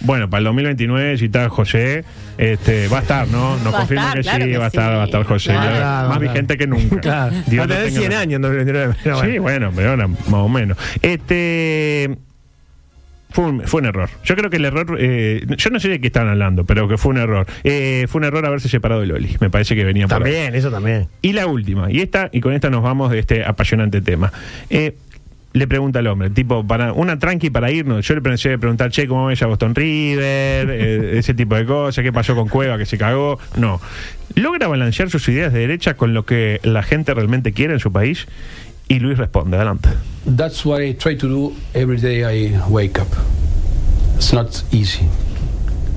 I: Bueno, para el 2029, si está José, este, va a estar, ¿no? Nos
H: Va a
I: confirman
H: estar,
I: que
H: claro
I: sí,
H: que
I: va a estar,
H: sí.
I: va a estar José.
H: Claro,
I: Ya,
F: claro,
I: más
F: claro.
I: vigente que nunca.
F: [LAUGHS] Claro.
I: Dios
F: Va a
I: lo
F: tener
I: tenga
F: 100
I: en la-
F: años en 2029. pero bueno.
I: Sí, bueno, pero ahora más o menos. Este. Fue un, fue un error. Yo creo que el error. eh, yo no sé de qué estaban hablando, pero que fue un error. Eh, fue un error haberse separado de Loli. Me parece que venía por ahí.
F: También, eso también.
I: Y la última, y esta, y con esta nos vamos de este apasionante tema. Eh, le pregunta al hombre, tipo, para una tranqui para irnos. Yo le pensé de preguntar, che, ¿cómo ves a Boston River? Eh, ese tipo de cosas, ¿qué pasó con Cueva que se cagó? No. ¿Logra balancear sus ideas de derecha con lo que la gente realmente quiere en su país? Y Luis responde, adelante.
B: That's what I try to do every day I wake up. It's not easy,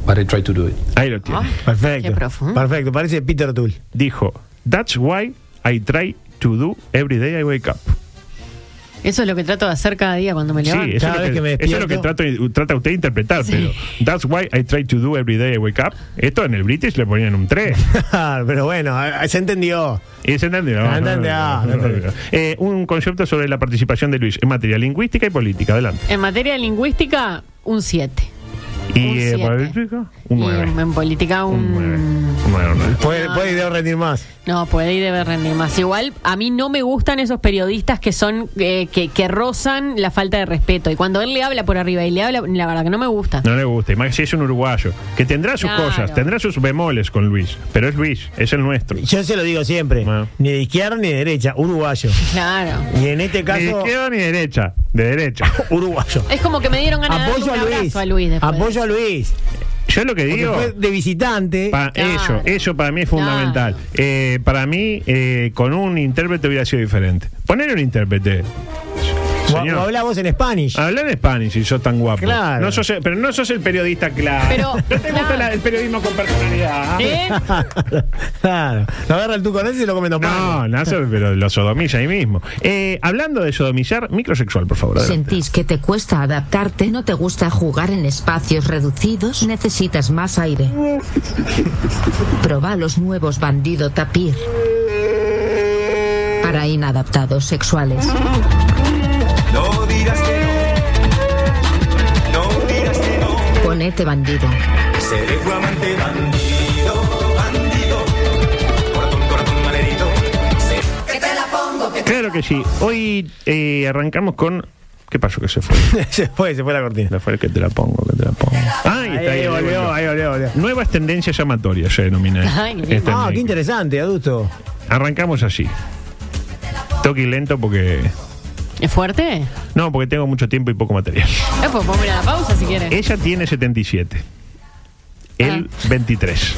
B: but I try to do it.
I: Ahí lo tiene.
F: Perfecto.
H: Qué profundo.
F: Perfecto, parece Peter Tull.
I: Dijo, That's why I try to do every day I wake up.
H: Eso es lo que trato de hacer cada día cuando me
I: Sí,
H: levanto.
I: eso,
F: Cada
I: es lo
F: vez
I: que,
F: que me
I: eso es lo que
F: despierto.
I: trato, trata usted de interpretar, pero that's why I try to do every day I wake up. Esto en el British le ponían un 3.
F: [LAUGHS] Pero bueno, a- a- se entendió.
I: ¿Y se entendió?
F: Se entendió, se entendió.
I: Eh, un concepto sobre la participación de Luis en materia lingüística y política. Adelante.
H: En materia de lingüística, un 7.
I: Y
H: Un
I: eh,
H: siete.
I: política, un
H: Y
I: 9.
H: en política,
I: Un
H: un.
I: 9. Un 9, un 9.
H: Ah.
F: Puede, puede idea rendir más.
H: No, puede y debe rendir más. Igual, a mí no me gustan esos periodistas que son eh, que, que rozan la falta de respeto. Y cuando él le habla por arriba y le habla, la verdad que no me gusta.
I: No le gusta, y más si es un uruguayo, que tendrá sus
H: Claro.
I: cosas, tendrá sus bemoles con Luis, pero es Luis, es el nuestro.
F: Yo se lo digo siempre,
I: Bueno.
F: ni de izquierda ni de derecha, uruguayo.
H: Claro.
F: Y en este
I: Ni
F: caso,
I: Eh, izquierda ni derecha, de
F: [LAUGHS]
I: derecha.
F: uruguayo.
H: Es como que me dieron ganas de
F: Apoyo a
H: darle un
F: Luis.
H: abrazo a Luis después.
F: Apoyo a Luis.
I: Yo lo que
F: Porque
I: digo.
F: fue de visitante.
I: Pa-
H: Claro.
I: Eso, eso para mí es fundamental.
H: Claro.
I: Eh, para mí, eh, con un intérprete hubiera sido diferente. Poner un intérprete.
F: o,
I: Señor,
F: o habla vos en Spanish.
I: Habla en español si sos tan guapo.
F: Claro.
I: No sos el- pero no sos el periodista claro. [LAUGHS]
H: Pero,
I: no te gusta
H: claro.
I: la- el periodismo con personalidad.
H: ¿Eh?
F: [LAUGHS] claro. Lo agarra el tuco Nancy y se lo come en
I: No, no, eso- pero lo sodomiza ahí mismo. Eh, hablando de sodomizar, microsexual, por favor. adelante.
C: ¿Sentís que te cuesta adaptarte? ¿No te gusta jugar en espacios reducidos? ¿Necesitas
N: [LAUGHS]
C: más aire? Proba los nuevos Bandido Tapir. Para inadaptados sexuales.
N: No digas que no. No digas que no.
C: Ponete bandido.
N: Seré tu amante bandido, bandido. Corazón, corazón malerito.
I: Claro que sí. Hoy eh, arrancamos con. ¿Qué pasó que se fue?
F: [LAUGHS] se fue, se fue la cortina.
I: Se fue el que te la pongo, que te la pongo. Ah, y
F: Ahí,
I: está ahí, ahí
F: volvió,
I: volvió.
F: ahí volvió, volvió.
I: Nuevas tendencias llamatorias se denomina.
H: Ay, qué lindo.
F: Ah, qué
I: técnica.
F: interesante, adusto.
I: Arrancamos así. Toque y lento porque.
H: ¿Es fuerte?
I: No, porque tengo mucho tiempo y poco material.
H: Eh, pues ponme la pausa si quieres.
I: Ella tiene 77. Él
F: Ah.
I: 23.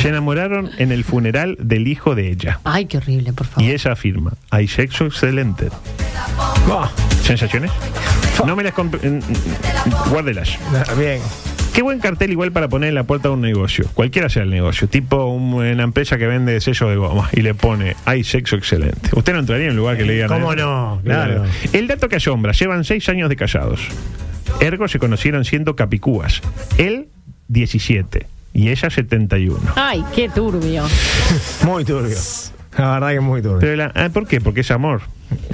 I: Se enamoraron en el funeral del hijo de ella.
H: Ay, qué horrible, por favor.
I: Y ella afirma, hay sexo excelente.
F: Buah,
I: ¿Sensaciones? No me las... comp- mm, mm, Guárdelas.
F: la- Bien.
I: Qué buen cartel igual para poner en la puerta de un negocio, cualquiera sea el negocio, tipo un- una empresa que vende sellos de goma y le pone, hay sexo excelente. Usted no entraría en un lugar que le digan...
F: ¿Cómo
I: eso?
F: no? Claro.
I: El dato que asombra, llevan seis años de casados. Ergo se conocieron siendo capicúas. Él 17 y ella 71.
H: Ay, qué turbio.
F: Muy turbio. La verdad que es muy turbio.
I: Pero la- ah, ¿Por qué? Porque es amor.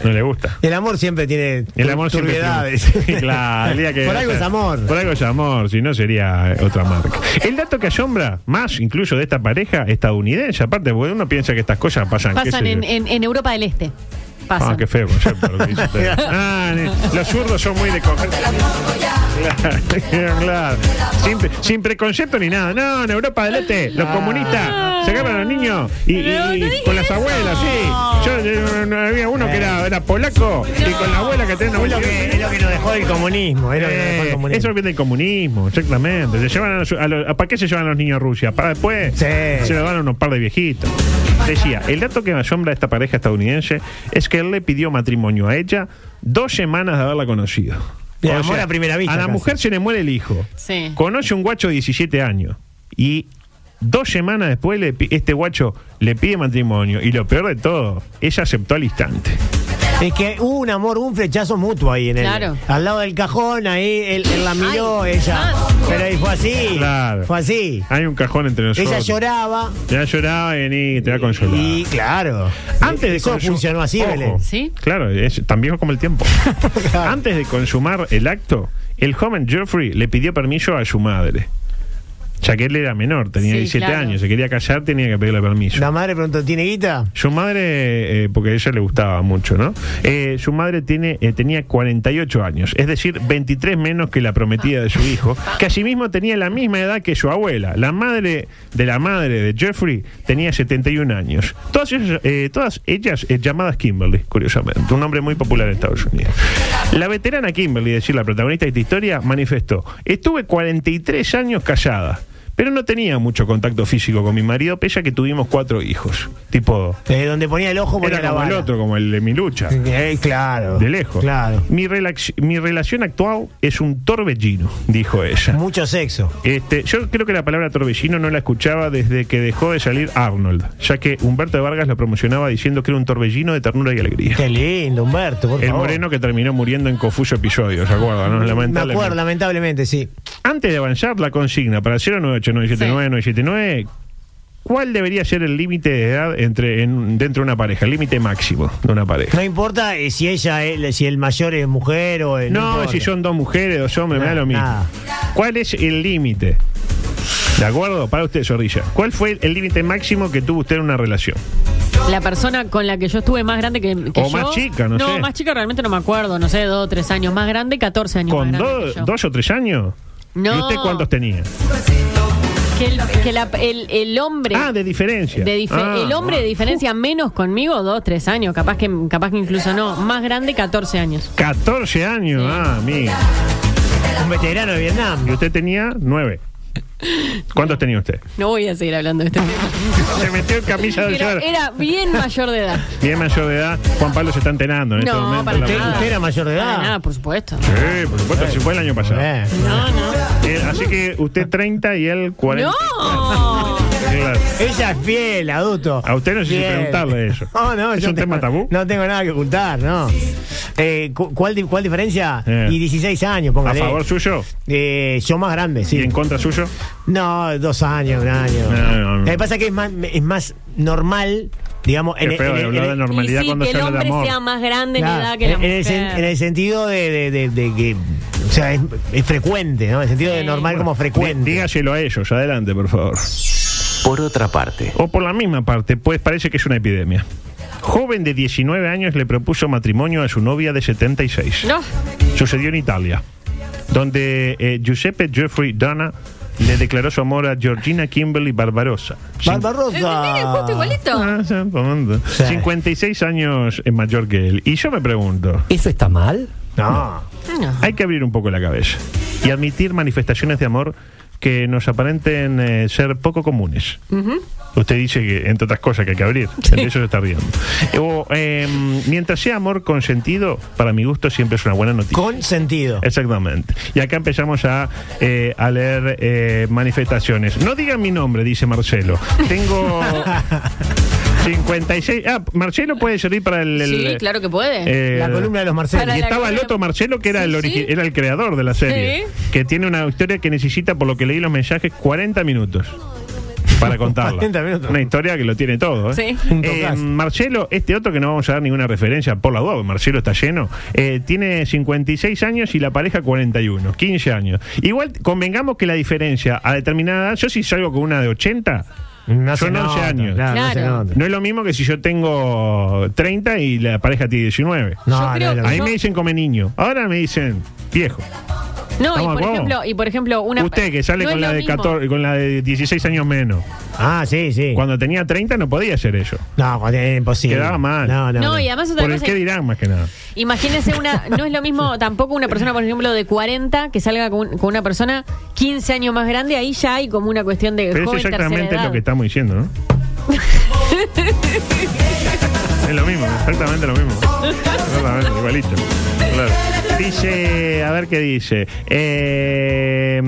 I: No le gusta.
F: El amor siempre tiene
I: El amor siempre
F: turbiedades.
I: triunfa. [LAUGHS] Sí, claro, el día que-
F: Por algo es amor.
I: Por algo es amor, si no sería eh, otra marca. El dato que asombra más incluso de esta pareja estadounidense, aparte, porque uno piensa que estas cosas pasan, qué
H: Pasan
I: sé
H: en,
I: yo.
H: en- en Europa del Este. Pasan.
I: Ah, qué feo. ya, por lo que dice usted.
F: [LAUGHS]
I: Ah, ni- los zurdos son muy de coger. Claro, [LAUGHS] claro. Sin, pre- sin preconcepto ni nada. No, en Europa del Este, los comunistas se agarran a los niños y, y-
H: No, no
I: y
H: dije
I: con las
H: eso.
I: abuelas, sí. Yo, yo, no, había uno que era, era polaco y con la abuela que tenía una
F: Es lo que, es lo que nos dejó el comunismo. Es lo que nos dejó el
I: Eh,
F: comunismo.
I: eso viene del comunismo, exactamente. Se llevan a los- a los- ¿Para qué se llevan a los niños a Rusia? Para después
F: Sí.
I: se lo van a unos par de viejitos. Decía, el dato que me asombra de esta pareja estadounidense es que él le pidió matrimonio a ella dos semanas de haberla conocido.
F: De amor a primera vista,
I: A la
F: casi.
I: mujer se le muere el hijo.
H: Sí.
I: Conoce un guacho de 17 años y dos semanas después le pi- este guacho le pide matrimonio y lo peor de todo, ella aceptó al instante.
F: Es que hubo un amor, un flechazo mutuo ahí en el.
H: Claro.
F: Al lado del cajón, ahí él, él la miró, ella. Pero ahí fue así.
I: Claro.
F: Fue así.
I: Hay un cajón entre nosotros.
F: Ella lloraba.
I: Te va a llorar, vení, te va a consolar.
F: Y claro.
I: Antes de
F: Eso
I: consum-
F: funcionó así,
I: Ojo,
F: Belén.
H: ¿Sí?
I: Claro, es tan viejo como el tiempo.
F: [LAUGHS]
I: Antes de consumar el acto, el joven Geoffrey le pidió permiso a su madre. Ya que él era menor, tenía
H: Sí,
I: 17
H: claro.
I: años, se quería casar, tenía que pedirle permiso.
F: La madre pronto tiene guita.
I: Su madre, eh, porque a ella le gustaba mucho, ¿no? Eh, su madre tiene, eh, tenía 48 años, es decir, 23 menos que la prometida de su hijo, que asimismo tenía la misma edad que su abuela. La madre de la madre de Jeffrey tenía 71 años. Todas ellas, eh, todas ellas eh, llamadas Kimberly, curiosamente, un nombre muy popular en Estados Unidos. La veterana Kimberly, es decir, la protagonista de esta historia, manifestó, estuve 43 años callada. Pero no tenía mucho contacto físico con mi marido, pese a que tuvimos cuatro hijos. Tipo,
F: Eh, donde ponía el ojo ponía
I: era
F: la
I: como el
F: bala.
I: otro, como el de mi lucha.
F: Eh, claro.
I: De lejos.
F: Claro.
I: Mi, relax- mi relación actual es un torbellino, dijo ella.
F: Mucho sexo.
I: Este, yo creo que la palabra torbellino no la escuchaba desde que dejó de salir Arnold, ya que Humberto de Vargas la promocionaba diciendo que era un torbellino de ternura y alegría.
F: Qué lindo, Humberto. por
I: El
F: favor.
I: moreno que terminó muriendo en confuso episodio, ¿se acuerdan? no?
F: Me
I: Lamentablemente.
F: acuerdo, lamentablemente, sí.
I: Antes de avanzar la consigna para el 098979979, ¿cuál debería ser el límite de edad entre en- dentro de una pareja? El límite máximo de una pareja.
F: No importa eh, si ella es- si el mayor es mujer o eh,
I: No,
F: importa.
I: si son dos mujeres, dos hombres, me da
F: Nada,
I: lo mismo.
F: nada.
I: ¿Cuál es el límite? ¿De acuerdo? Para usted, Zorrilla. ¿Cuál fue el límite máximo que tuvo usted en una relación?
H: La persona con la que yo estuve más grande que, que
I: O
H: yo-
I: más chica, no sé.
H: más chica realmente no me acuerdo, no sé, dos o tres años. Más grande, 14 años.
I: ¿Con
H: más grande
I: dos,
H: que yo.
I: dos o tres años?
H: No.
I: ¿Y usted cuántos tenía?
H: Que el, que la- el- el hombre.
I: Ah, de diferencia.
H: de dife-
I: Ah,
H: el hombre de diferencia menos conmigo, dos, tres años, capaz que, capaz que incluso no. Más grande, 14 años.
I: 14 años, ah, amiga.
F: Un veterano de
I: Y
F: Vietnam.
I: usted tenía nueve. ¿Cuántos tenía usted?
H: No voy a seguir hablando de
I: [LAUGHS]
H: este tema.
I: Se metió en camisa de
H: Pero
I: llorar.
H: era bien mayor de edad.
I: Bien mayor de edad. Juan Pablo se está enterando en este
H: No,
I: momento.
H: para
I: la
F: ¿Usted,
H: nada.
I: verdad.
F: usted era mayor de
H: Para
F: edad?
I: Ah,
H: nada, por supuesto.
I: Sí, por supuesto, si fue el año pasado.
F: Eh.
H: No, no.
I: Eh, así que usted 30 y él 40.
H: ¡No!
I: Claro.
F: Ella es fiel, adulto.
I: A usted no sé si
F: Fiel.
I: preguntarle eso.
F: [LAUGHS] No, no,
I: ¿Es
F: yo
I: un tema tabú?
F: No tengo nada que ocultar, no. Eh, cu- ¿cuál, di- ¿Cuál diferencia?
I: Eh.
F: Y 16 años,
I: ¿A
F: póngale.
I: favor suyo?
F: Eh, yo más grande, sí.
I: ¿Y en contra suyo?
F: No, dos años, un año.
I: No, no, no.
F: Lo que pasa es que es más, es más normal, digamos, en,
I: Qué feo
F: en-
I: de
F: en-
I: hablar de
F: en-
I: normalidad
H: y sí,
I: cuando
H: que
I: se
H: el
I: habla de
H: hombre
I: amor. Eh,
H: sea más grande en
F: claro,
H: edad que la
F: en- en el, sen-
H: mujer.
F: en el sentido de, de- de- de que. O sea, es, es frecuente, ¿no? En el sentido de
H: Sí.
F: normal como frecuente.
I: Dígaselo a ellos, adelante, por favor.
N: Por otra parte,
I: O por la misma parte, pues parece que es una epidemia. Joven de 19 años le propuso matrimonio a su novia de 76.
H: No.
I: Sucedió en Italia, donde eh, Giuseppe Geoffrey Dana le declaró su amor a Georgina Kimberly Barbarosa. Cin-
H: Eh, miren, justo
F: Barbarosa.
H: igualito.
I: Ah, sí, por [LAUGHS] mundo.
F: Sí.
I: 56 años es mayor que él. Y yo me pregunto,
E: ¿Eso está mal?
F: No.
H: No.
I: hay que abrir un poco la cabeza y admitir manifestaciones de amor que nos aparenten eh, ser poco comunes. Usted dice que, entre otras cosas, que hay que abrir. De eso se está riendo. Eh, O, em, mientras sea amor consentido, para mi gusto siempre es una buena noticia.
F: Con sentido.
I: Exactamente. Y acá empezamos a, eh, a leer eh, manifestaciones. No digan mi nombre, dice Marcelo.
H: [LAUGHS]
I: Tengo 56. Ah, Marcelo puede servir para el. el-
H: Sí, claro que puede.
I: eh,
F: La columna de los Marcelo.
H: Para
I: y
H: la
I: estaba el
H: columna-
I: otro Marcelo que era,
H: Sí,
I: el origi-
H: sí.
I: era el creador de la serie,
H: Sí.
I: que tiene una historia que necesita, por lo que leí los mensajes, 40 minutos para
F: [LAUGHS]
I: contarla.
F: 40 minutos.
I: Una historia que lo tiene todo. ¿eh?
H: Sí.
F: Un
I: Eh,
F: tocazo.
I: Marcelo, este otro que no vamos a dar ninguna referencia por la duda, Marcelo está lleno, eh, tiene 56 años y la pareja 41, 15 años. Igual convengamos que la diferencia a determinada edad, yo si salgo con una de 80,
F: No
I: son
F: se
I: 11
F: nota,
I: años.
F: Claro,
H: Claro.
F: No, se nota.
I: no es lo mismo que si yo tengo 30 y la pareja tiene 19.
F: No,
H: Yo
F: no,
H: creo
F: no,
H: que
I: Ahí
H: yo-
I: me dicen come niño. Ahora me dicen viejo.
H: No, y
I: ¿Estamos
H: por,
I: de acuerdo?
H: ejemplo, y por ejemplo, una.
I: Usted que sale
H: no
I: con
H: es
I: la
H: lo
I: de
H: mismo.
I: 14, con la de 16 años menos.
F: Ah, sí, sí.
I: Cuando tenía 30 no podía hacer eso.
F: No, cuando era imposible.
I: Quedaba mal.
F: No, no.
H: No,
F: no.
H: y además otra
I: Por el
H: cosa-
I: qué dirán más que nada.
H: Imagínense una, no es lo
I: [LAUGHS]
H: mismo tampoco una persona, por ejemplo, de 40 que salga con, con una persona 15 años más grande, ahí ya hay como una cuestión de
I: Pero eso
H: joven tercera
I: exactamente es
H: edad.
I: lo que estamos diciendo,
H: [LAUGHS]
I: ¿no? es lo mismo, exactamente lo mismo. Exactamente, igualito. Claro. Dice, a ver qué dice. Eh,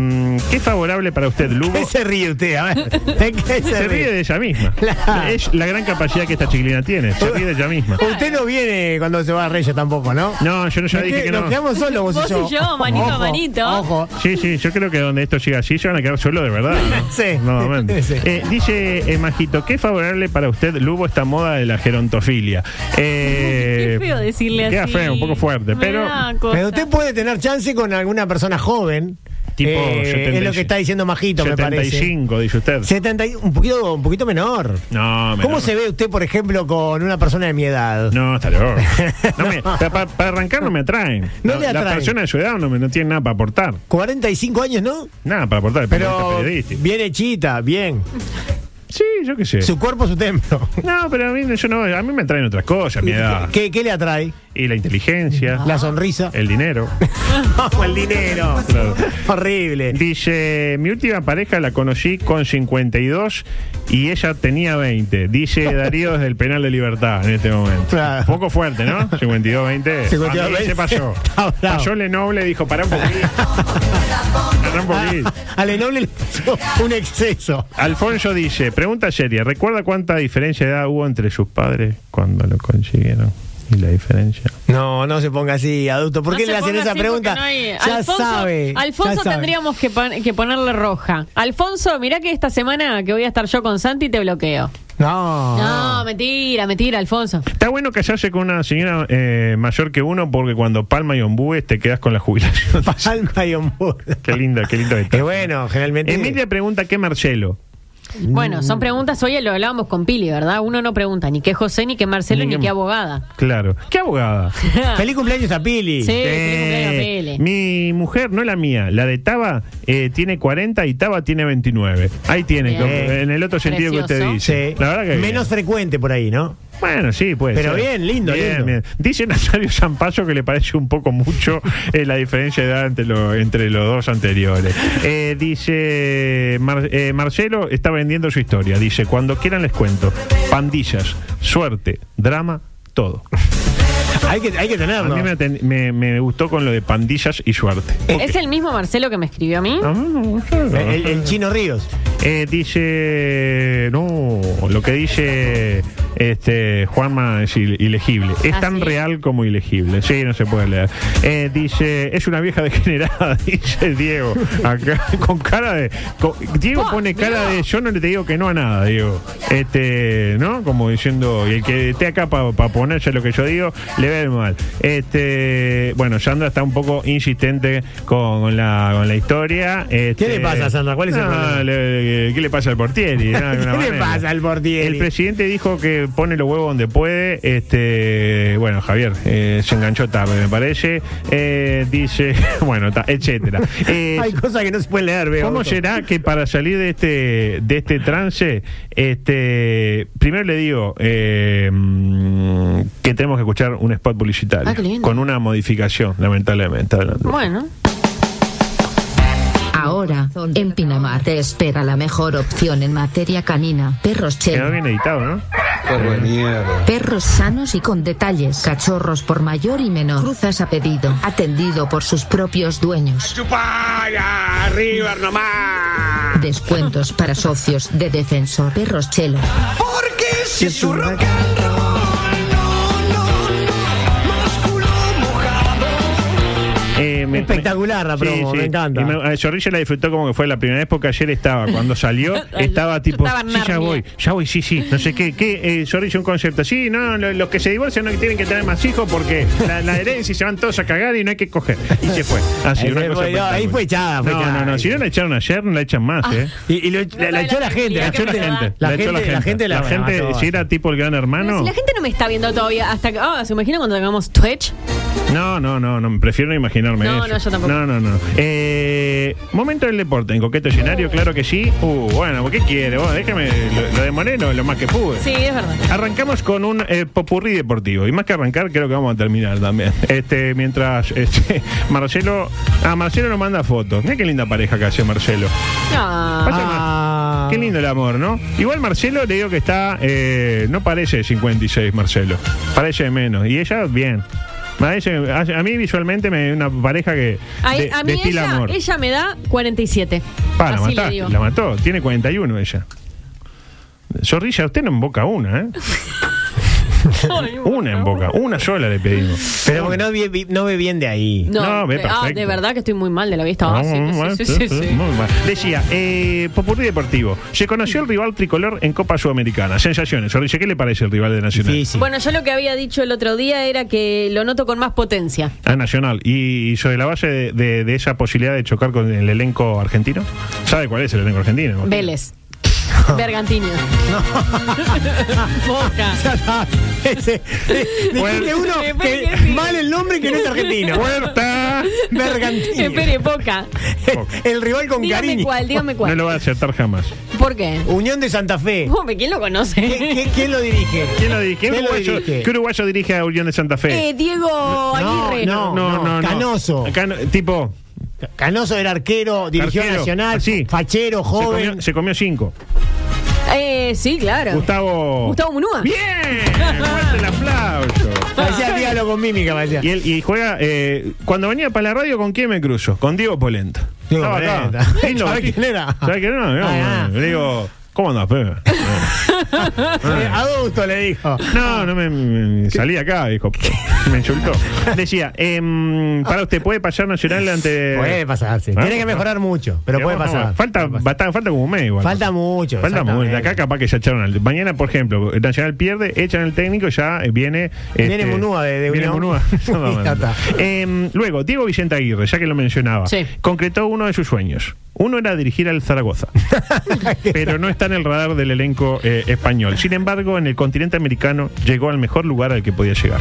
I: ¿Qué es favorable para usted, Lugo?
F: [LAUGHS] ¿Qué se ríe usted? A ver. ¿de qué
I: se, ríe de ella misma.
F: Claro.
I: Es la gran capacidad que esta chiquilina tiene. Se ríe de ella misma.
F: Usted no viene cuando se va a Reyes tampoco, ¿no?
I: No, yo no ya
F: Me
I: dije
F: que-
I: que
F: nos
I: no.
F: quedamos solos vos,
H: Vos
F: y yo.
H: y yo, manito a
F: Ojo,
H: manito.
F: Ojo.
I: Sí, sí, yo creo que donde esto siga así se van a quedar solos de verdad. ¿no?
F: [LAUGHS] Sí.
I: Nuevamente.
F: Sí.
I: Eh, dice eh, Majito, ¿qué es favorable para usted, Lugo, esta moda de la gerontofilia? Eh,
H: Qué feo decirle
I: queda
H: así.
I: feo, un poco fuerte,
H: Me
I: pero...
H: da cosa.
F: Pero usted puede tener chance con alguna persona joven.
I: Tipo
F: Eh,
I: 70
F: es lo que está diciendo Majito, me parece.
I: 75, dice usted.
F: 75, un poquito, un poquito menor.
I: No, me
F: ¿Cómo
I: da-
F: se ve usted, por ejemplo, con una persona de mi edad?
I: No, está loco.
F: [LAUGHS]
I: No me- pa- pa- para, arrancar no me atraen.
F: No le
I: Las
F: atraen.
I: personas de su edad no, me, no tienen nada para aportar.
F: 45 años, ¿no?
I: Nada para aportar. el punto
F: Pero
I: de vista periodístico.
F: bien hechita, bien.
I: Sí, yo qué sé.
F: Su cuerpo, su templo.
I: No, pero a mí, yo no, a mí me atraen otras cosas, mi edad.
F: ¿Qué, qué le atrae?
I: Y la inteligencia,
H: Ah.
F: La sonrisa. [LAUGHS]
I: el dinero.
F: Vamos, Ah. el dinero.
I: Claro.
F: Horrible.
I: Dice, mi última pareja la conocí con 52 y ella tenía 20. Dice Darío desde el penal de libertad en este momento.
F: Claro.
I: Poco fuerte, ¿no? 52-20.
F: 52-20.
I: A mí Se pasó.
F: [LAUGHS] Está bravo.
I: Pasó Lenoble, dijo, pará un poquito. Pará un poquito.
F: Ah, A Lenoble le pasó un exceso.
I: Alfonso dice, pregunta seria, ¿recuerda cuánta diferencia de edad hubo entre sus padres cuando lo consiguieron? Y la diferencia.
F: No, no se ponga así, adulto. ¿Por
H: No
F: qué
H: se
F: le hacen
H: ponga
F: esa
H: así
F: pregunta?
H: porque no hay-
F: Ya
H: Alfonso,
F: sabe. ya
H: Alfonso
F: sabe.
H: tendríamos que, pon- que ponerle roja. Alfonso, mirá que esta semana que voy a estar yo con Santi te bloqueo.
F: No. [LAUGHS]
H: No, mentira, mentira, Alfonso.
I: Está bueno casarse con una señora eh, mayor que uno porque cuando palma y ombúes te quedas con la
F: [LAUGHS]
I: jubilación.
F: Palma y Homburgo.
I: qué linda, qué linda
F: Que bueno, generalmente.
I: Emilia pregunta qué Marcelo.
H: Bueno,
I: Mm.
H: son preguntas, hoy lo hablábamos con Pili, ¿verdad? Uno no pregunta ni qué José, ni qué Marcelo,
I: Ni
H: ni,
I: qué-
H: qué abogada.
I: Claro. ¿Qué
H: [LAUGHS]
I: abogada?
F: Feliz cumpleaños a Pili.
H: Ah. Sí,
I: Eh,
H: feliz cumpleaños, Pili.
I: mi mujer, no la mía, la de Taba eh, tiene 40 y Taba tiene 29. Ahí tiene,
H: Bien.
I: como- en el otro sentido que usted
H: Precioso.
I: dice.
F: Sí.
I: La verdad que bien.
F: Menos frecuente por ahí, ¿no?
I: Bueno, sí, pues.
F: Pero bien, lindo, lindo.
I: Dice Nazario Zampayo que le parece un poco mucho eh, la diferencia de edad entre, lo- entre los dos anteriores. Eh, dice Mar- eh, Marcelo está vendiendo su historia. Dice, cuando quieran les cuento. Pandillas, suerte, drama, todo.
F: Hay que, hay que
I: A
F: tenerlo.
I: mí me, aten- me- me gustó con lo de pandillas y suerte.
H: ¿Es el mismo Marcelo que me escribió a mí?
I: Ah, no, claro.
F: El, el Chino Ríos.
I: Eh, dice. No, lo que dice este Juanma es il- ilegible. Es
H: Ah,
I: tan
H: ¿sí?
I: real como ilegible. Sí, no se puede leer. Eh, dice. Es una vieja degenerada, [LAUGHS] dice Diego. Acá, [LAUGHS] con cara de. con- Diego
H: Oh,
I: pone cara de.
H: Diego.
I: Yo no le te digo que no a nada, Diego. Este, ¿no? Como diciendo. Y el que esté acá para ponerse lo que yo digo, le ve mal. Este, bueno, Sandra está un poco insistente con, con la, con la historia. este,
F: le pasa, Sandra? ¿Cuál es el
I: no,
F: problema?
I: le- eh, ¿Qué le pasa al
F: [LAUGHS]
I: Portieri? ¿no? De alguna
F: ¿Qué le
I: manera.
F: pasa al Portieri?
I: El presidente dijo que pone los huevos donde puede. Este, bueno, Javier, eh, se enganchó tarde, me parece. Eh, dice, [LAUGHS] bueno, ta-
F: [LAUGHS]
I: etcétera. Eh,
F: Hay cosas que no se pueden leer, veo.
I: ¿Cómo
F: Otto.
I: será que para salir de este de este trance, este, primero le digo eh, mm, que tenemos que escuchar un spot publicitario
H: Ah, qué lindo.
I: con una modificación, lamentablemente. Adelante.
H: Bueno.
I: Ah,
C: Ahora, en Pinamar te espera la mejor opción en materia canina. Perros
I: Quedó
C: che,
I: bien editado, ¿no?
C: perros sanos y con detalles. Cachorros por mayor y menor. Cruzas a pedido, atendido por sus propios dueños. Descuentos para socios de Defensor Perros Chelo.
I: Eh, me-
F: Espectacular la
I: Sí,
F: promo,
I: sí.
F: me encanta.
I: Y me- eh, Zorrilla la disfrutó como que fue la primera vez porque ayer estaba, cuando
H: [LAUGHS]
I: salió, estaba
H: Yo
I: tipo,
H: estaba en
I: sí, ya
H: Narnia".
I: voy, ya voy, sí, sí, no sé qué, qué eh, Zorrilla un concepto, sí, no, lo- los que se divorcian no tienen que tener más hijos porque la, la herencia y se van todos a cagar y no hay que coger. Y se fue. Así,
F: Ahí
I: una
F: se
I: cosa
F: fue, no, ahí
I: espectacular.
F: fue echada, fue
I: no,
F: echada.
I: no, no, si no la echaron ayer, no la echan más, ¿eh?
F: Y, y lo- la, la echó la gente.
H: Ah, La
F: La
H: echó
F: gente,
H: la gente.
F: la gente, la gente, la
I: la gente,
F: mató.
I: si era tipo el gran
H: Pero
I: hermano.
H: si la gente no me está viendo todavía hasta que. Ah, ¿se imagina cuando tengamos Twitch?
I: No, no, no, no, prefiero no imaginarme
H: No,
I: eso.
H: no, yo tampoco.
I: No, no, no. Eh, momento del deporte, en coqueto escenario, claro que sí. Uh, bueno, ¿qué quiere? Vos, déjame lo, lo de Moreno, lo más que pude.
H: Sí, es verdad.
I: Arrancamos con un eh, popurrí deportivo. Y más que arrancar, creo que vamos a terminar también. [LAUGHS] Este, mientras este, Marcelo. Ah, Marcelo nos manda fotos. Mira qué linda pareja que hace Marcelo.
H: No.
I: Pasa que Mar-
F: Ah.
I: Qué lindo el amor, ¿no? Igual Marcelo le digo que está. eh, no parece de 56, Marcelo. Parece de menos. Y ella, bien. A, ese- a- a mí visualmente me una pareja que
H: A, e,
I: de-
H: a
I: de
H: mí
I: estilo
H: ella,
I: amor.
H: ella me da 47.
I: Pa, la
H: Así le
I: mataste,
H: digo.
I: la mató. Tiene 41 ella. Zorrilla, usted no emboca una,
H: [LAUGHS]
I: ¿eh? una emboca, una sola le pedimos.
F: Pero porque no, vi- vi- no ve bien de ahí.
H: No,
I: No, ve
H: eh, ah,
I: perfecto.
H: de verdad que estoy muy mal de la vista. Ah, sí,
I: Muy mal,
H: sí, sí, sí, sí.
I: eh, muy mal. Decía, eh, Popurrí Deportivo. Se conoció el rival tricolor en Copa Sudamericana. Sensaciones. Zorrilla, ¿qué le parece el rival de Nacional?
H: Bueno, yo lo que había dicho el otro día era que lo noto con más potencia.
I: Ah, Nacional. Y, y sobre la base de, de- de esa posibilidad de chocar con el elenco argentino, ¿sabe cuál es el elenco argentino? [LAUGHS]
H: Vélez. Bergantino. [LAUGHS] Boca.
F: [LAUGHS] Ese- le- Dijiste uno que mal el nombre que no es argentino.
I: Puerta.
F: Bergantino.
H: Espere, Boca.
F: [LAUGHS] El rival con
H: Dígame
F: cariño.
H: cuál, dígame cuál.
I: No lo va a acertar jamás.
H: ¿Por qué?
F: Unión de Santa Fe.
H: Hombre, ¿quién lo conoce?
F: ¿Qué- qué- ¿Quién lo dirige?
I: ¿Quién lo dirige? ¿Qué,
F: ¿Quién lo
I: uruguayo,
F: dirige?
I: qué uruguayo dirige a Unión de Santa Fe?
H: [LAUGHS] Eh, Diego Aguirre.
F: no, no, Canoso.
I: Cano- tipo,
F: Canoso era arquero, dirigió a
I: Arquero,
F: Nacional,
I: sí.
F: fachero,
I: se
F: joven.
I: comió, se comió cinco.
H: Eh, sí, claro.
I: Gustavo.
H: Gustavo Munúa.
I: ¡Bien! ¡Fuerte el aplauso!
F: Parecía
H: Ah.
F: diálogo con mímica, parecía.
I: Y él y juega. eh, cuando venía para la radio, ¿con quién me cruzo? Con Diego Polenta.
F: Diego
I: Estaba
F: Polenta.
I: acá. Lindo,
F: [LAUGHS] ¿Sabe
I: sí.
F: quién era?
I: ¿Sabe quién era? No,
F: Ah,
I: no, Le digo, ¿cómo andas, Pepe?
F: [LAUGHS] Eh, Adusto le dijo.
I: este- No, no me, me- salí acá, dijo. Me insultó. Decía, em, para usted, ¿puede pasar Nacional ante.
F: Puede pasar, sí.
I: Ah,
F: Tiene que mejorar mucho, pero puede
I: Digamos,
F: pasar.
I: no, Falta,
F: Puede pasar.
I: bastante- falta como un mes igual.
F: Falta mucho,
I: Falta mucho. De
F: exactamente.
I: acá capaz que ya echaron al. Mañana, por ejemplo, el Nacional pierde, echan al técnico, ya eh, viene.
F: Viene Munúa de- de
I: Viene
F: Unión. [LAUGHS]
I: Munúa. [LAUGHS] Exactamente.
F: Ya está.
I: Em, luego, Diego Vicente Aguirre, ya que lo mencionaba,
H: Sí.
I: concretó uno de sus sueños. Uno era dirigir al
F: [LAUGHS]
I: Zaragoza, pero no está en el radar del elenco eh, español. Sin embargo, en el continente americano llegó al mejor lugar al que podía llegar.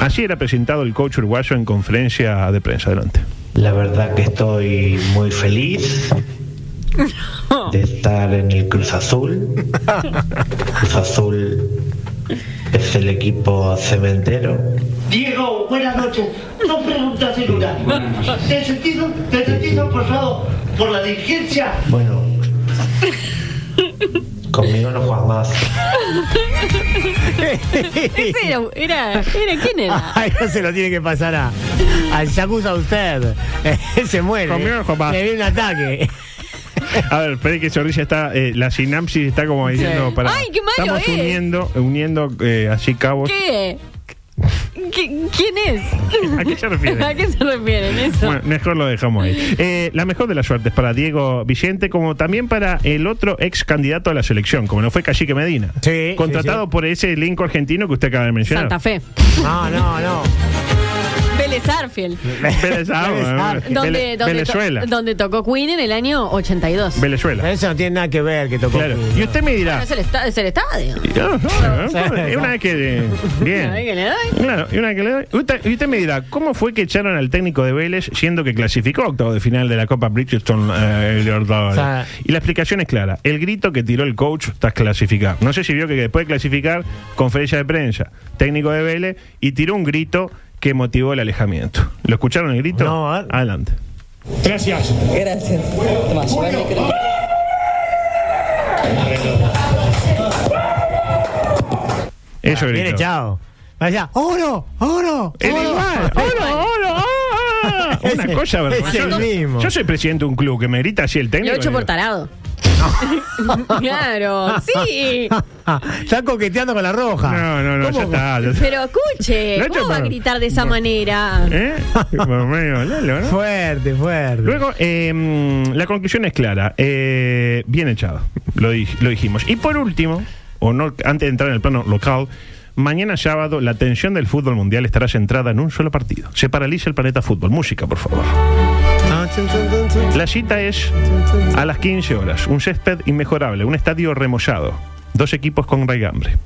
I: Así era presentado el coach uruguayo en conferencia de prensa. Adelante.
O: La verdad que estoy muy feliz de estar en el Cruz Azul. Cruz Azul es el equipo cementero.
P: Diego, buenas noches. Dos preguntas en una. ¿Te sentido, te sentís acosado por la dirigencia?
O: Bueno, conmigo no juegas más.
H: [LAUGHS] Ese era, era, era-
I: [LAUGHS]
H: ¿quién era?
F: [LAUGHS] Ay, no se lo tiene que pasar a, al Yakuza usted. [LAUGHS] Eh, se muere.
I: Conmigo, papá.
F: Le viene un ataque. [LAUGHS]
I: A ver, espere que Zorrilla está, eh, la sinapsis está como diciendo
H: Sí.
I: para.
H: Ay, qué malo
I: Estamos
H: es.
I: uniendo, uniendo eh, así cabos.
H: ¿Qué? ¿Qui- ¿Quién es?
I: ¿A qué se refiere?
H: [LAUGHS] ¿A qué se refieren eso?
I: Bueno, mejor lo dejamos ahí.
H: Mm.
I: Eh, la mejor de las suertes para Diego Vicente, como también para el otro ex candidato a la selección, como no fue Cacique Medina.
F: Sí,
I: Contratado
F: sí, sí.
I: por ese elenco argentino que usted acaba de mencionar.
H: Santa Fe.
F: No, no, no.
H: Vélez Arfield.
I: [LAUGHS] Vélez- ah,
F: Vélez-
I: bueno,
H: Donde,
I: Vele-
H: donde, to-
I: Venezuela.
H: donde tocó Queen en el año 82.
I: Venezuela.
F: Eso no tiene nada que ver que tocó.
I: Claro. Y usted me dirá.
H: Es el, esta- es el estadio.
I: Y- [LAUGHS] ah, ah, ah, y una vez que. eh,
H: Una vez que
I: Bien.
H: le doy.
I: Claro, y una que le doy. Usted, y usted me dirá, ¿cómo fue que echaron al técnico de Vélez siendo que clasificó a octavo de final de la Copa Bridgestone eh, Libertadores?
F: O sea-
I: y la explicación es clara. El grito que tiró el coach tras clasificar. No sé si vio que después de clasificar, conferencia de prensa, técnico de Vélez, y tiró un grito que motivó el alejamiento. ¿Lo escucharon el grito?
F: No, a ver.
I: Adelante.
Q: Gracias.
R: Gracias. Tomá, lleva el micro.
I: Eso
F: Bien
I: gritó.
F: echado. Vaya, oro, oro.
I: Era
F: oro.
I: igual. ¡Oro, oro, oro! [LAUGHS] Una
F: Ese-
I: cosa vergonzosa.
F: ese
I: Yo-
F: mismo.
I: Yo soy presidente de un club que me grita así el técnico.
H: Lo he hecho
I: y
H: por
I: digo,
H: tarado.
I: [LAUGHS]
H: [LAUGHS] claro, sí.
F: [LAUGHS] Está coqueteando con la roja.
I: No, no, no, ya
F: ¿Cómo?
I: está. ya está.
H: Pero escuche,
I: Lo he hecho
H: ¿cómo va a
I: por-
H: gritar de esa manera?
I: [LAUGHS] ¿Eh? Por medio, Lelo, [LAUGHS] ¿no?
F: Fuerte, fuerte.
I: Luego, eh, mm, la conclusión es clara. Eh, bien echado. Lo, di- lo dijimos. Y por último, o no, antes de entrar en el plano local, mañana sábado la atención del fútbol mundial estará centrada en un solo partido. Se paraliza el planeta fútbol. Música, por favor.
F: Ah, chun, chun, chun, chun.
I: La cita es a las 15 horas. Un césped inmejorable, un estadio remozado. Dos equipos con raigambre.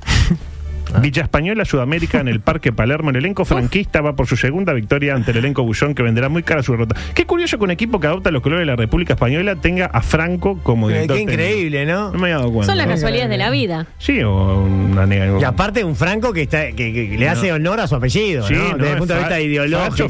I: Villa Española, Sudamérica, en el Parque Palermo. El elenco franquista va por su segunda victoria ante el elenco bullón que venderá muy cara su derrota. Qué curioso que un equipo que adopta los colores de la República Española tenga a Franco como
F: Eh,
I: director.
F: Qué
I: técnico.
F: increíble, ¿no?
I: No me había dado cuenta.
H: Son las casualidades de la vida.
I: Sí, o una nega.
F: Y aparte un Franco que está que, que- que le hace honor a su apellido,
I: Sí,
F: ¿no?
I: no,
F: Desde el punto de
I: fa-
F: vista ideológico.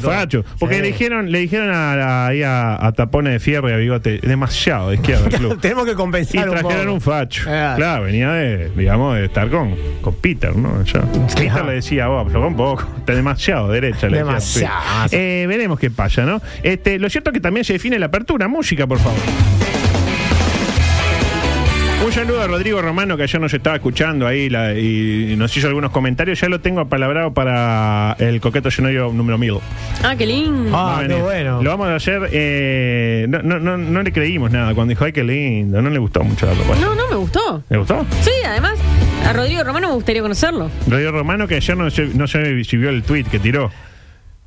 I: Facho, facho. Porque
F: Sí.
I: le dijeron, le dijeron a, a- ahí a- a Tapones de Fierro y a Bigote, demasiado de izquierda
F: [LAUGHS]
I: el club.
F: Tenemos que
I: Y
F: compensar un
I: trajeron
F: poco.
I: un facho.
F: Ah.
I: Claro, venía de, digamos, de estar con, con Peter, ¿no? ¿no? Ya. Esta le decía, vos, afloja un poco, [LAUGHS] está demasiado derecha. Le decía,
F: Demasiado.
I: sí. Eh, veremos qué pasa, ¿no? Este, lo cierto es que también se define la apertura. Música, por favor. Un saludo a Rodrigo Romano que ayer nos estaba escuchando ahí la- y nos hizo algunos comentarios. Ya lo tengo apalabrado para el coqueto escenario número 1000.
H: Ah, qué lindo.
I: Va a venir. Lo vamos a hacer. eh, no, no, no, no le creímos nada cuando dijo, ay, qué lindo. No le gustó mucho la propuesta.
H: No, no, me gustó.
I: ¿Le gustó?
H: Sí, además, a Rodrigo Romano me gustaría conocerlo.
I: Radio Romano que ayer no se, no se- si vio el tweet que tiró.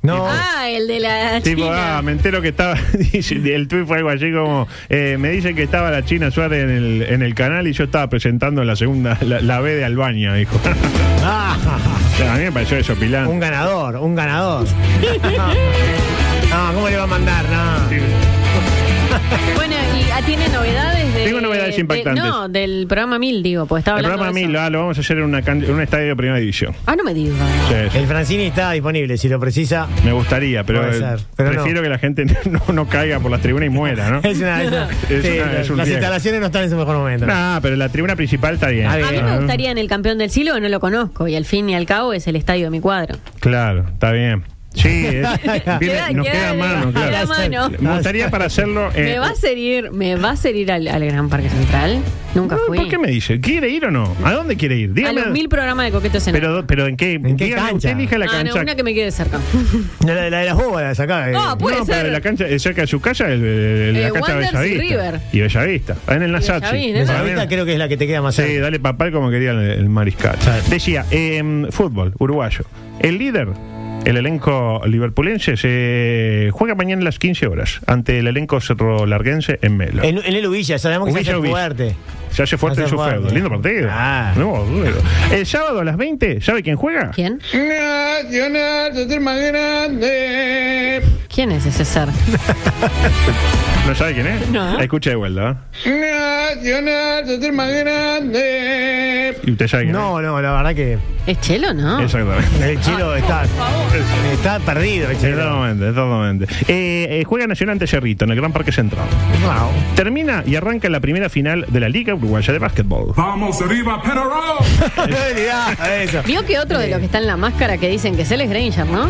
I: No.
H: Ah, el de la
I: Tipo,
H: China.
I: ah, me entero que estaba. [LAUGHS] dice, el tweet fue algo así como: eh, Me dicen que estaba la China Suárez en el, en el canal y yo estaba presentando la segunda, la, la B de Albania, dijo. [LAUGHS] O sea, a mí me pareció eso, Pilán.
F: Ah, Un ganador, un
I: [LAUGHS]
F: ganador. no, ¿cómo le va a mandar? No.
H: Bueno, y ah, tiene novedades de.
I: Tengo novedades
H: de-
I: impactantes.
H: no, del programa 1000, digo, pues estaba
I: El
H: hablando.
I: programa
H: de eso.
I: 1000 ah, lo vamos a hacer en, una can- en un estadio de primera división.
H: Ah, no me digas.
I: Sí, sí.
F: El Francini está disponible, si lo precisa.
I: Me gustaría, pero,
F: Puede
I: eh,
F: ser, pero no.
I: prefiero que la gente [LAUGHS] no, no caiga por las tribunas y muera, ¿no?
F: [LAUGHS] Es una, es una-
I: Es
F: sí,
I: una- es un
F: las
I: riesgo.
F: instalaciones no están en su mejor momento.
I: Nah, pero la tribuna principal está bien. Ah,
F: Está bien.
H: A mí me gustaría en el campeón del siglo, que no lo conozco, y al fin y al cabo es el estadio de mi cuadro.
I: Claro, está bien. Sí, es-
H: Queda-
I: viene- nos
H: queda-
I: queda, mano,
H: queda
I: claro.
H: mano.
I: Me gustaría para hacerlo. eh,
H: ¿Me va a hacer ir, me va a hacer ir al, al Gran Parque Central? Nunca fui.
I: ¿Por qué me dice? ¿Quiere ir o no? ¿A dónde quiere ir?
H: A
I: Dígame.
H: los mil programas de coqueto escenario.
I: Pero, pero ¿en qué,
F: qué
I: dígame,
F: cancha?
I: Usted elija la
H: Ah,
I: cancha.
H: no, una que me quede cerca. [LAUGHS]
F: La, la de las bóvedas acá. eh.
H: Ah, puede
I: No, pero
H: ser.
I: la cancha eh, cerca de su casa, el- el-
H: Eh,
I: la cancha de
H: Wanderers y
I: Bellavista.
H: River.
I: Y Bellavista, ahí en el Nasachi.
H: Bellavista, ¿eh?
I: Para
F: Bellavista
I: mí-
F: creo que es la que te queda más
I: Sí,
F: cerca.
I: dale papal como quería el, el mariscal. Decía, em, fútbol, uruguayo. El líder, el elenco liverpulense, se juega mañana a las 15 horas ante el elenco cerrolarguense en Melo.
F: En, en el Uvilla, sabemos que
I: Uvilla,
F: se hace
I: Uvilla.
F: fuerte.
I: Se hace fuerte
F: No
I: en
F: se
I: su
F: juega.
I: feudo. Lindo partido.
F: Ah.
I: No, duro. El sábado a las 20, ¿sabe quién juega?
H: ¿Quién? ¿Quién es ese ser?
I: ¿No sabe quién es?
H: No.
I: Escucha de vuelta. ¿eh? ¿Y usted sabe quién
F: No, no, la verdad que
H: ¿Es Chelo,
I: [LAUGHS]
H: no?
I: es? Exactamente.
F: el
I: Ah.
F: chilo está, está perdido. El chilo.
I: Exactamente, exactamente. Eh, eh, juega Nacional ante Cerrito en el Gran Parque Central.
F: Wow. [LAUGHS]
I: Termina y arranca la primera final de la Liga Uruguaya de Básquetbol.
Q: Vamos arriba, Perro.
F: Mirá, eso.
H: Vio que otro de los que está en la máscara que dicen que es él es Granger, ¿no?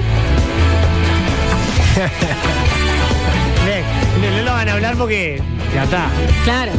F: Le- le- No lo van a hablar porque ya está.
H: Claro.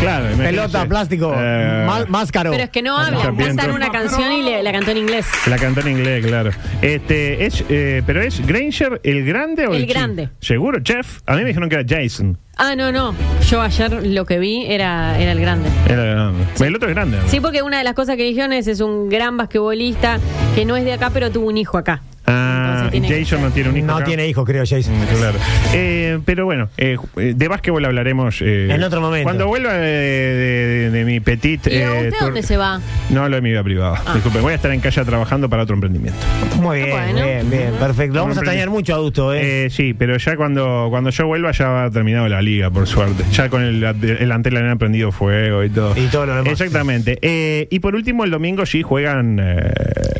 I: Claro, imagínese.
F: Pelota, plástico,
I: Eh,
F: más máscaro.
H: Pero es que no hablan,
I: Serpiente.
H: cantan una canción y le- la cantó en inglés.
I: La cantó en inglés, claro. Este, es, eh, pero es Granger el grande o el,
H: El
I: chi-
H: grande.
I: Seguro, Jeff. A mí me dijeron que era Jason.
H: Ah, no, no. Yo ayer lo que vi era, era el grande.
I: Era grande. El otro es grande. ¿no?
H: Sí, porque una de las cosas que dijeron es, es un gran basquetbolista que no es de acá, pero tuvo un hijo acá.
I: Ah,
H: Entonces tiene que
I: Jason
H: ser.
I: no tiene un hijo.
F: No
I: acá. Mm,
F: tiene hijos, creo, Jason.
I: Claro. Eh, pero bueno, eh, de básquetbol hablaremos. eh,
F: En otro momento.
I: Cuando vuelva de, de- de- de mi petit.
H: ¿Y a
I: eh,
H: usted
I: tour-
H: dónde se va?
I: No, lo de mi vida privada.
H: Ah.
I: Disculpen, voy a estar en casa trabajando para otro emprendimiento.
F: Muy bien,
H: Bueno.
F: bien, bien, perfecto. Lo vamos a extrañar mucho, Augusto, [LAUGHS] ¿eh?
I: Eh, sí, pero ya cuando, cuando yo vuelva ya va terminado la liga, por suerte. Ya con el, el antel han prendido fuego y todo.
F: Y todo lo demás.
I: Exactamente. Eh, y por último, el domingo sí juegan. eh,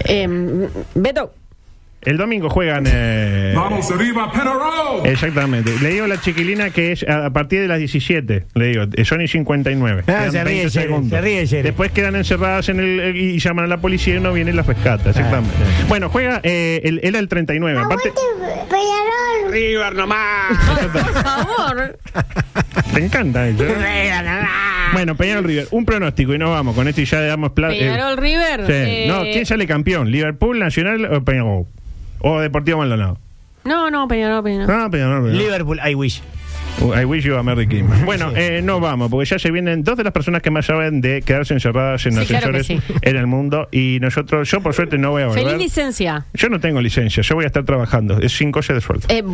H: Eh, Beto.
I: el domingo juegan. eh,
Q: Vamos arriba, Perro.
I: Exactamente. Le digo a la chiquilina que es a a partir de las 17. Le digo, eh, son y 59.
F: Ah,
I: Quedan
F: se ríe,
I: 20
F: Jerry,
I: segundos.
F: se ríe, Jerry.
I: Después quedan encerradas en el, eh, y llaman a la policía y uno viene y las
F: Ah,
I: rescata. Exactamente. Bueno, juega. eh, el- él al 39. Aparte,
M: River nomás.
H: Ay, por
I: [LAUGHS]
H: favor.
I: te encanta eh, eso. Bueno, Peñarol River, un pronóstico y nos vamos. Con esto y ya le damos plata.
H: Peñarol River. eh,
I: No, ¿quién sale campeón? ¿Liverpool, Nacional o Peñarol? O Deportivo Maldonado.
H: No, no, Peñarol, Peñarol.
I: Ah, Peñarol. Peñarol.
F: Liverpool, I wish.
I: Uh, I wish you a Merry Christmas. Bueno, eh, nos vamos, porque ya se vienen dos de las personas que más saben de quedarse encerradas en
H: Sí, claro que
I: ascensores en el mundo. Y nosotros, yo por suerte no voy a volver.
H: Feliz licencia.
I: yo no tengo licencia, yo voy a estar trabajando. Es sin coche de sueldo.
H: Eh,
I: [LAUGHS]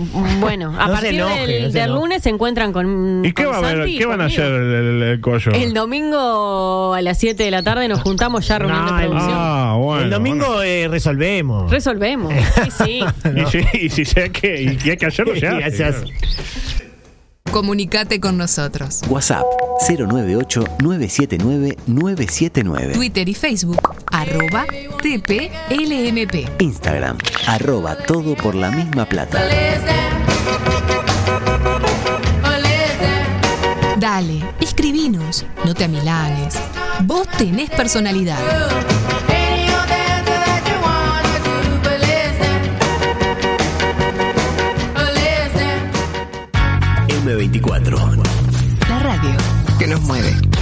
H: bueno, a
F: No se
H: partir del,
F: enoje, no se
H: del
F: enoje.
H: lunes se encuentran con.
I: ¿Y qué,
H: con
I: va a haber-
H: Santi y
I: qué van a
H: conmigo.
I: hacer el, el- el collo?
H: El domingo a las 7 de la tarde nos juntamos ya a reunión
F: No,
H: de
F: el-
H: producción.
I: Ah, bueno.
F: el domingo eh, resolvemos.
H: Resolvemos. Sí, sí.
I: [LAUGHS] Y si, y si sea que, y que hay que
F: [LAUGHS]
I: hacerlo, se
F: Y
I: hace,
F: ya se
I: claro.
F: hace.
S: Comunicate con nosotros.
N: WhatsApp 098-979-979.
S: Twitter y Facebook, arroba TPLMP.
N: Instagram, arroba todo por la misma plata.
S: Dale, escribinos, no te amilanes. Vos tenés personalidad.
T: 24.
C: La radio. Que nos mueve.